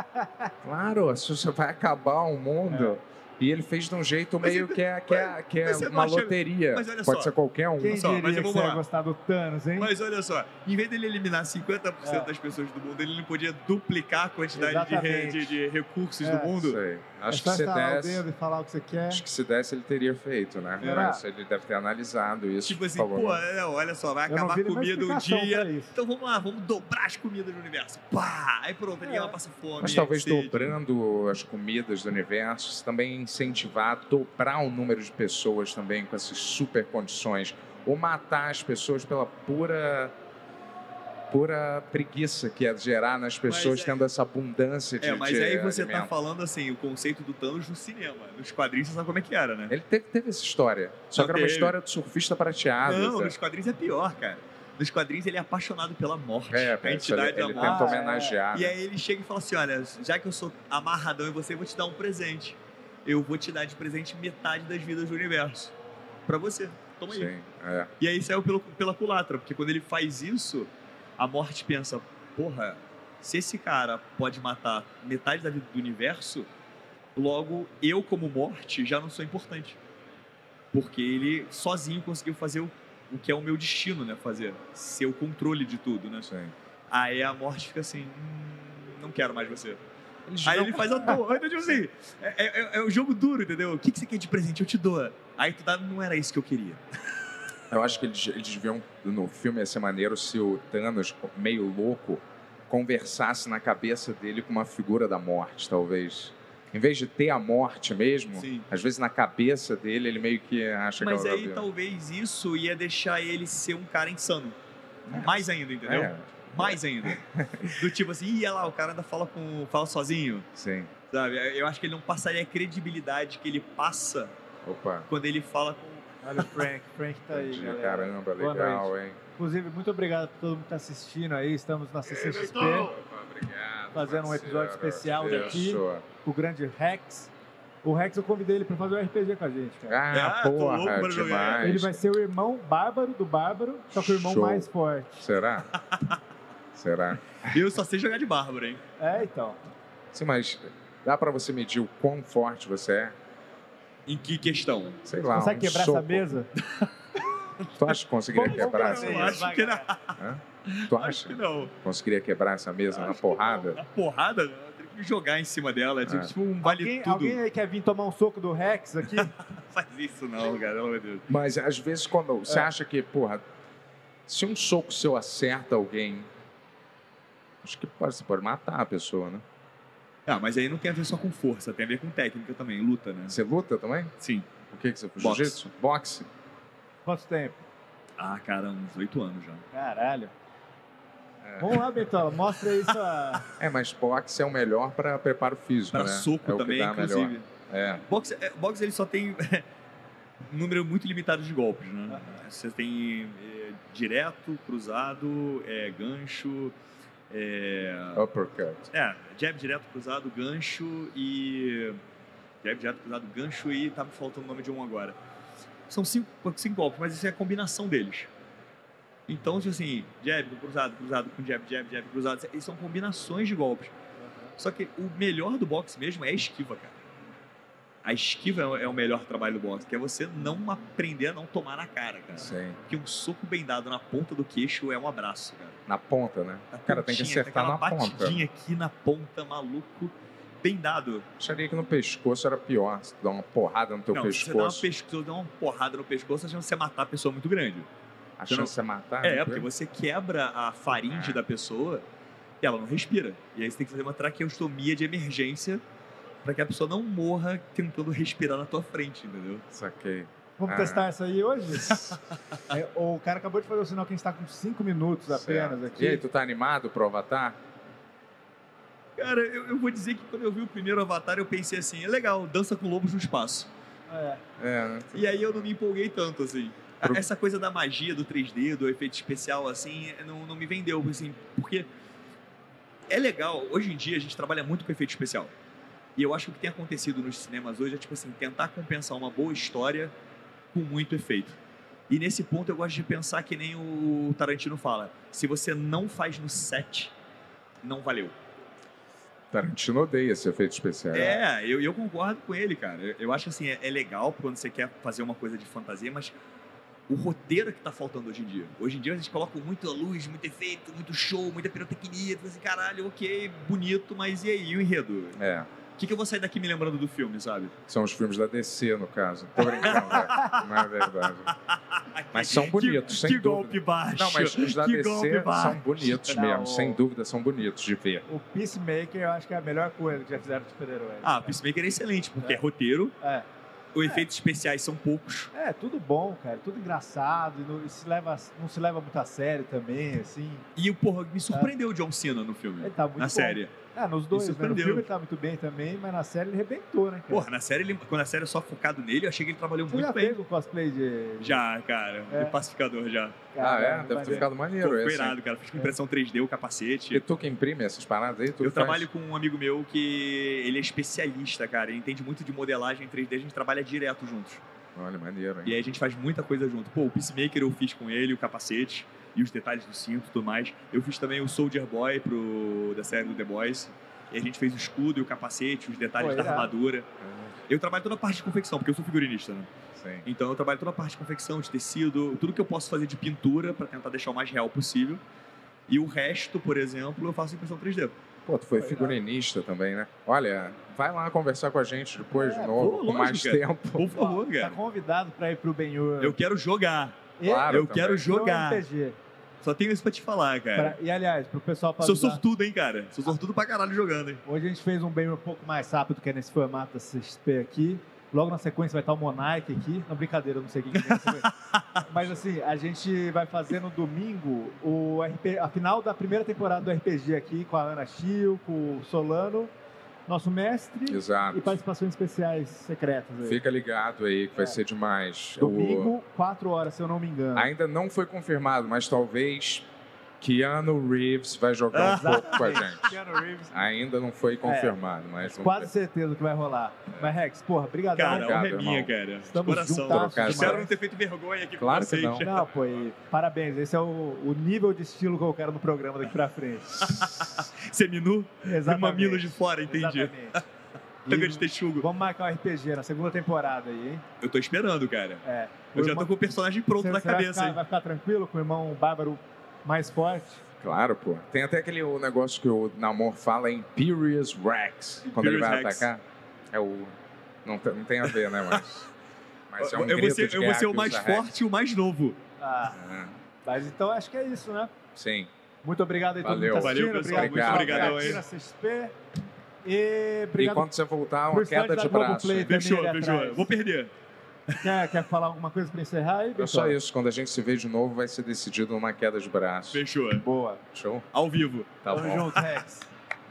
S3: claro, se você vai acabar o mundo. E ele fez de um jeito
S5: É. Mas
S3: meio
S5: você-
S3: que é, que é, que é
S5: mas você não
S3: uma
S5: acha-
S3: loteria.
S5: mas olha
S3: Pode
S5: só.
S3: ser qualquer um.
S6: Quem
S5: Só, mas
S6: diria que
S5: vamos
S6: você ia
S5: lá.
S6: gostar do Thanos, hein?
S5: Mas olha só, em vez dele eliminar 50%
S6: É.
S5: das pessoas do mundo, ele não podia duplicar a quantidade de, re- de-
S6: Exatamente.
S5: de recursos
S6: É.
S5: do
S3: Não
S5: mundo.
S3: sei.
S6: É
S3: Acho
S6: só
S3: que se
S6: estalar o
S3: desse.
S5: né?
S6: dedo e falar o que você quer.
S3: Acho que se desse, ele teria feito, né?
S6: Será?
S3: Mas ele deve ter analisado isso.
S5: Tipo assim,
S3: por favor.
S5: pô, é, olha só, vai
S6: Eu não
S5: acabar a
S6: vi nenhuma
S5: comida um
S6: explicação
S5: dia.
S6: pra isso.
S5: Então vamos lá, vamos dobrar as comidas do universo. Pá! Aí pronto, ninguém
S6: É.
S5: ela passa fome.
S3: Mas talvez
S5: sede.
S3: dobrando as comidas do universo, isso também incentivar a dobrar o número de pessoas também com essas super condições. Ou matar as pessoas pela pura pura preguiça que é gerar nas pessoas
S5: aí-
S3: tendo essa abundância de
S5: É, mas
S3: de
S5: aí você tá
S3: alimento.
S5: falando assim, o conceito do Thanos no cinema. Nos quadrinhos você sabe como é que era, né?
S3: Ele teve, teve essa história. Só
S5: Não
S3: que era uma
S5: teve.
S3: história do surfista prateado.
S5: Não,
S3: tá?
S5: nos quadrinhos é pior, cara. Nos quadrinhos ele é apaixonado pela morte,
S3: É,
S5: a
S3: isso ele,
S5: entidade da
S3: ele
S5: morte.
S3: tenta
S6: Ah, é.
S3: homenagear.
S5: E
S3: né?
S5: aí ele chega e fala assim: olha, já que eu sou amarradão em você, eu vou te dar um presente. Eu vou te dar de presente metade das vidas do universo. Pra você. Toma aí.
S3: Sim, é.
S5: E aí saiu pelo- pela culatra, porque quando ele faz isso, a morte pensa: porra, se esse cara pode matar metade da vida do universo, logo eu, como morte, já não sou importante. Porque ele sozinho conseguiu fazer o, o que é o meu destino, né? Fazer. Ser o controle de tudo, né?
S3: Sim.
S5: Aí a morte fica assim: "Hum, não quero mais você.
S3: Eles
S5: Aí
S3: não-
S5: ele faz a dor. Então, tipo assim, é, é, é- é um jogo duro, entendeu? O que, que você quer de presente? Eu te dou. Aí tu dá, não era isso que eu queria.
S3: Eu acho que eles, eles deviam, no filme ia ser maneiro se o Thanos, meio louco, conversasse na cabeça dele com uma figura da morte, talvez. Em vez de ter a morte mesmo,
S5: Sim.
S3: às vezes na cabeça dele ele meio que é acha
S5: Mas
S3: que ela
S5: aí tá talvez isso ia deixar ele ser um cara insano. Mais ainda, entendeu?
S3: É,
S5: Mais ainda. Do tipo assim, ia lá, o cara ainda fala, com, fala sozinho,
S3: sim.
S5: sabe? Eu acho que ele não passaria a credibilidade que ele passa
S3: Opa.
S5: quando ele fala com...
S6: Olha o Frank, Frank tá aí,
S3: entendi.
S6: galera.
S3: Caramba,
S6: Boa
S3: legal, hein?
S6: Inclusive, muito obrigado por todo mundo que tá assistindo aí. Estamos na CCXP,
S3: Opa, obrigado.
S6: Fazendo um episódio especial daqui.
S3: Isso.
S6: o grande Rex. O Rex, eu convidei ele pra fazer um RPG com a gente, cara.
S3: Ah,
S5: Ah, tô louco
S3: porra,
S5: pra jogar.
S3: demais.
S6: Ele vai ser o irmão bárbaro do bárbaro, só que o irmão
S3: Ah, Show.
S6: mais forte.
S3: Será? Será?
S5: Eu só sei jogar de Bárbara, hein?
S6: É, então.
S3: Sim, mas dá pra você medir o quão forte você é?
S5: Em que questão?
S3: Sei lá.
S6: Consegue
S3: um
S6: quebrar
S3: soco.
S6: essa mesa?
S3: Tu acha que conseguiria
S6: Vamos- vamos
S3: quebrar
S6: pra
S3: essa
S5: Eu
S3: mesa?
S6: mesa.
S5: acho que não.
S3: Tu
S5: Acho que
S3: acha?
S5: não.
S3: Conseguiria quebrar essa mesa na
S5: Acho que
S3: porrada?
S5: não. Na porrada, eu tenho que jogar em cima dela. É tipo,
S3: Ah.
S5: tipo um vale
S6: Alguém,
S5: tudo.
S6: alguém aí quer vir tomar um soco do Rex aqui?
S5: Não faz isso não, cara. Pelo amor de Deus.
S3: Mas às vezes quando
S6: É.
S3: você acha que, porra, se um soco seu acerta alguém, acho que pode, você pode matar a pessoa, né?
S5: Ah, mas aí não tem a ver só com força, tem a ver com técnica também, luta, né?
S3: Você luta também?
S5: Sim.
S3: O que que você faz?
S5: Boxe.
S3: Jiu-jitsu? Boxe?
S6: Quanto tempo?
S5: Ah, cara, uns oito anos já.
S6: Caralho. Vamos lá, Betola, mostra aí sua.
S3: É, mas boxe é o melhor pra preparo físico,
S5: Pra
S3: né?
S5: soco
S3: é o
S5: também,
S3: que dá melhor.
S5: inclusive.
S3: É.
S5: Boxe, é, boxe ele só tem um número muito limitado de golpes, né? Você tem é, direto, cruzado, é, gancho, é,
S3: Uppercut.
S5: é, jab direto, cruzado, gancho e... Jab direto, cruzado, gancho e tá me faltando o nome de um agora. São cinco, cinco golpes, mas isso é a combinação deles. Então, tipo assim, jab, cruzado, cruzado, com jab, jab, jab, cruzado, isso- isso são combinações de golpes. Só que o melhor do boxe mesmo é a esquiva, cara. A esquiva é o- é o melhor trabalho do boxe, que é você não aprender a não tomar na cara, cara.
S3: Sim.
S5: Porque um soco bem dado na ponta do queixo é um abraço, cara.
S3: Na ponta, né?
S5: Na
S3: Cara, tem que
S5: pontinha,
S3: acertar
S5: aquela
S3: na ponta.
S5: batidinha aqui na ponta, maluco, bem dado.
S3: Acharia que no pescoço era pior. Se tu dá uma porrada no teu
S5: não, se você dá uma,
S3: pescoço,
S5: pesco- se você dá uma porrada no pescoço, a chance de você matar a pessoa é muito grande.
S3: a chance é Ah. matar?
S5: É,
S3: né?
S5: porque você quebra a faringe da pessoa e ela não respira. E aí você tem que fazer uma traqueostomia de emergência pra que a pessoa não morra tentando respirar na tua frente, entendeu?
S3: Saquei.
S6: Vamos
S3: Ah.
S6: testar essa aí hoje? É, o cara acabou de fazer o sinal que a gente tá com 5 minutos apenas
S3: Certo.
S6: aqui.
S3: E aí, tu tá animado pro Avatar?
S5: Cara, eu, eu vou dizer que quando eu vi o primeiro Avatar, eu pensei assim, é legal, dança com lobos no espaço.
S6: É.
S3: É, né?
S5: E aí eu não me empolguei tanto, assim. A-
S3: Pro-
S5: Essa coisa da magia do 3D, do efeito especial, assim, não, não me vendeu, assim, porque é legal. Hoje em dia a gente trabalha muito com efeito especial. E eu acho que o que tem acontecido nos cinemas hoje é, tipo assim, tentar compensar uma boa história com muito efeito. E nesse ponto eu gosto de pensar que nem o Tarantino fala: se você não faz no set, não valeu.
S3: Tarantino odeia esse efeito especial.
S5: É, eu, eu concordo com ele, cara. Eu, eu acho que, assim, é, é legal quando você quer fazer uma coisa de fantasia, mas o roteiro é que tá faltando hoje em dia. Hoje em dia eles colocam muita luz, muito efeito, muito show, muita pirotecnia, tu fala assim, caralho, ok, bonito, mas e aí, e o enredo?
S3: É.
S5: O que, que eu vou sair daqui me lembrando do filme, sabe?
S3: São os filmes da DC, no caso. Tô brincando, velho. não é verdade. Mas são bonitos,
S5: que,
S3: sem
S5: que
S3: dúvida.
S5: golpe baixo.
S3: Não, mas os da
S5: que golpe
S3: DC
S5: baixo.
S3: são bonitos
S6: Não,
S3: mesmo,
S6: o-
S3: sem dúvida são bonitos de ver.
S6: O Peacemaker eu acho que é a melhor coisa que já fizeram de super-herói.
S5: Ah, Peacemaker é excelente, porque é, roteiro,
S6: É.
S5: os efeitos especiais são poucos.
S6: É, tudo bom, cara. Tudo engraçado. E não, e se leva, não se leva muito a sério também, assim.
S5: E, porra, me surpreendeu o John Cena no
S3: é
S5: filme.
S6: Ele tá muito
S5: na
S6: bom.
S5: série.
S6: É, nos dois,
S5: Me
S6: né? No
S5: surpreendeu.
S6: filme ele tá muito bem também, mas na série ele arrebentou, né, cara?
S5: Porra, na série, ele, quando a série é só focado nele, eu achei que ele trabalhou
S6: Você
S5: muito
S6: já
S5: bem.
S6: fez o cosplay de...
S5: Já, cara.
S6: É.
S5: De pacificador já.
S3: Ah,
S6: Cara,
S3: é? Deve
S6: né?
S3: ter
S6: maneiro.
S3: ficado
S5: Pô,
S3: maneiro
S5: foi
S3: esse.
S5: irado, cara. Fiz com impressão 3D, o
S3: E
S5: capacete.
S3: tu que imprime essas paradas aí? Tu
S5: Eu
S3: que faz?
S5: trabalho com um amigo meu que ele é especialista, cara. Ele entende muito de modelagem 3D, a gente trabalha direto juntos.
S3: Olha, maneiro,
S5: E
S3: hein?
S5: aí a gente faz muita coisa junto. Pô, o Peacemaker eu fiz com ele, o capacete e os detalhes do cinto e tudo mais. Eu fiz também o Soldier Boy pro, da série do The Boys. E a gente fez o escudo e o capacete, os detalhes
S6: Pô,
S5: da
S6: irado.
S5: armadura.
S3: Ah,
S5: Eu trabalho toda a parte de confecção, porque eu sou figurinista, né?
S3: É, Sim.
S5: Então eu trabalho toda a parte de confecção, de tecido, tudo que eu posso fazer de pintura para tentar deixar o mais real possível. E o resto, por exemplo, eu faço impressão 3D.
S3: Pô, tu
S5: Tá
S3: foi
S6: Foi
S3: figurinista também, né? Olha, vai lá conversar com a gente depois
S6: É,
S3: de novo,
S5: pô,
S3: com
S5: lógico,
S3: mais
S5: cara.
S3: tempo.
S5: Por favor,
S6: Ó, Tá
S5: cara.
S6: convidado pra ir pro Benhur.
S5: Eu quero jogar.
S3: Claro,
S5: eu
S3: também.
S5: quero jogar.
S6: RPG.
S5: Só tenho isso pra te falar, cara.
S6: Pra- E, aliás, pro pessoal... Pra
S5: Sou
S6: avisar,
S5: sortudo, hein, cara. Sou sortudo pra caralho jogando, hein.
S6: Hoje a gente fez um bem um pouco mais rápido que é nesse formato da CXP aqui. Logo na sequência vai estar o Monark aqui. Não, brincadeira, eu não sei quem que vai ser. Mas assim, a gente vai fazer no domingo o RP, a final da primeira temporada do RPG aqui com a Ana Chio, com o Solano, nosso mestre
S3: Exato.
S6: e participações especiais secretas aí.
S3: Fica ligado aí que vai
S6: É.
S3: ser demais. O-
S6: Domingo, 4 horas, se eu não me
S5: né?
S6: engano.
S3: Ainda não foi confirmado, mas talvez Keanu Reeves vai jogar
S5: Ah,
S3: um
S6: Exatamente.
S3: pouco com a gente.
S6: Keanu Reeves,
S3: Ainda não
S5: É.
S3: foi confirmado, mas vamos
S6: Quase certeza que vai rolar. Mas Rex, porra, brigadão.
S5: Cara, a
S3: Obrigado,
S5: honra é minha,
S3: irmão.
S5: cara. De
S6: Estamos
S5: coração.
S6: juntas
S3: Trocar essa-
S5: Espero
S6: demais.
S5: não ter feito vergonha aqui
S3: Claro
S5: com
S3: que
S5: vocês.
S3: não.
S6: Não, pô, e parabéns. Esse é o, o nível de estilo que eu quero no programa daqui pra frente.
S5: Seminu e
S6: Exatamente.
S5: mamilo de fora, entendi.
S6: Exatamente.
S5: Tanga de
S6: E
S5: texugo.
S6: vamos marcar um RPG na segunda temporada aí, hein?
S5: Eu tô esperando, cara.
S6: É.
S5: Eu já
S6: irmão-
S5: tô com o personagem pronto
S6: Você-
S5: na
S6: você vai
S5: cabeça,
S6: ficar-
S5: hein.
S6: Vai ficar tranquilo com o irmão bárbaro mais forte?
S3: Claro, pô. Tem até aquele o negócio que o Namor fala, Imperious Rex. Quando ele
S5: Imperious
S3: vai
S5: Rex.
S3: atacar, é o. Não, tem- não tem a ver, né, mas. Mas é um
S5: eu, vou
S3: grito
S5: ser,
S3: de
S5: eu vou
S3: guerra
S5: ser o
S3: que
S5: mais
S3: usa Rex.
S5: forte e o mais novo.
S6: Ah,
S3: Ah,
S6: mas então acho que é isso, né?
S3: sim.
S6: Muito obrigado aí todo
S3: Valeu.
S6: mundo que tá assistindo.
S5: Valeu, pessoal.
S3: Muito
S6: obrigado.
S5: obrigado aí.
S6: Obrigado. CXP. E obrigado
S3: E quando você voltar, uma
S6: por
S3: queda
S6: sorte
S3: de
S6: da Globoplay
S3: braço. hein?
S6: também
S5: Fechou,
S6: ali
S5: fechou.
S6: atrás.
S5: Vou perder.
S6: Quer, quer falar alguma coisa pra encerrar aí,
S3: É
S6: Vitor?
S3: só isso. Quando a gente se vê de novo, vai ser decidido numa queda de braço.
S5: Fechou.
S6: Boa.
S3: Show?
S5: Ao vivo.
S3: Tá
S6: Tamo
S3: bom.
S6: junto, Rex.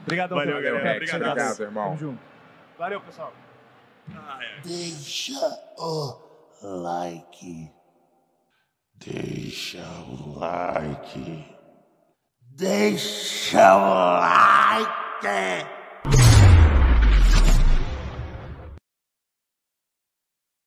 S6: Obrigadão,
S5: Valeu,
S6: pela-
S5: galera.
S6: pela-
S3: Rex,
S5: Obrigado.
S3: obrigado, irmão.
S6: Tamo junto. Valeu, pessoal.
S5: Ah, é.
S7: Deixa o like. Deixa o like. Deixa o like.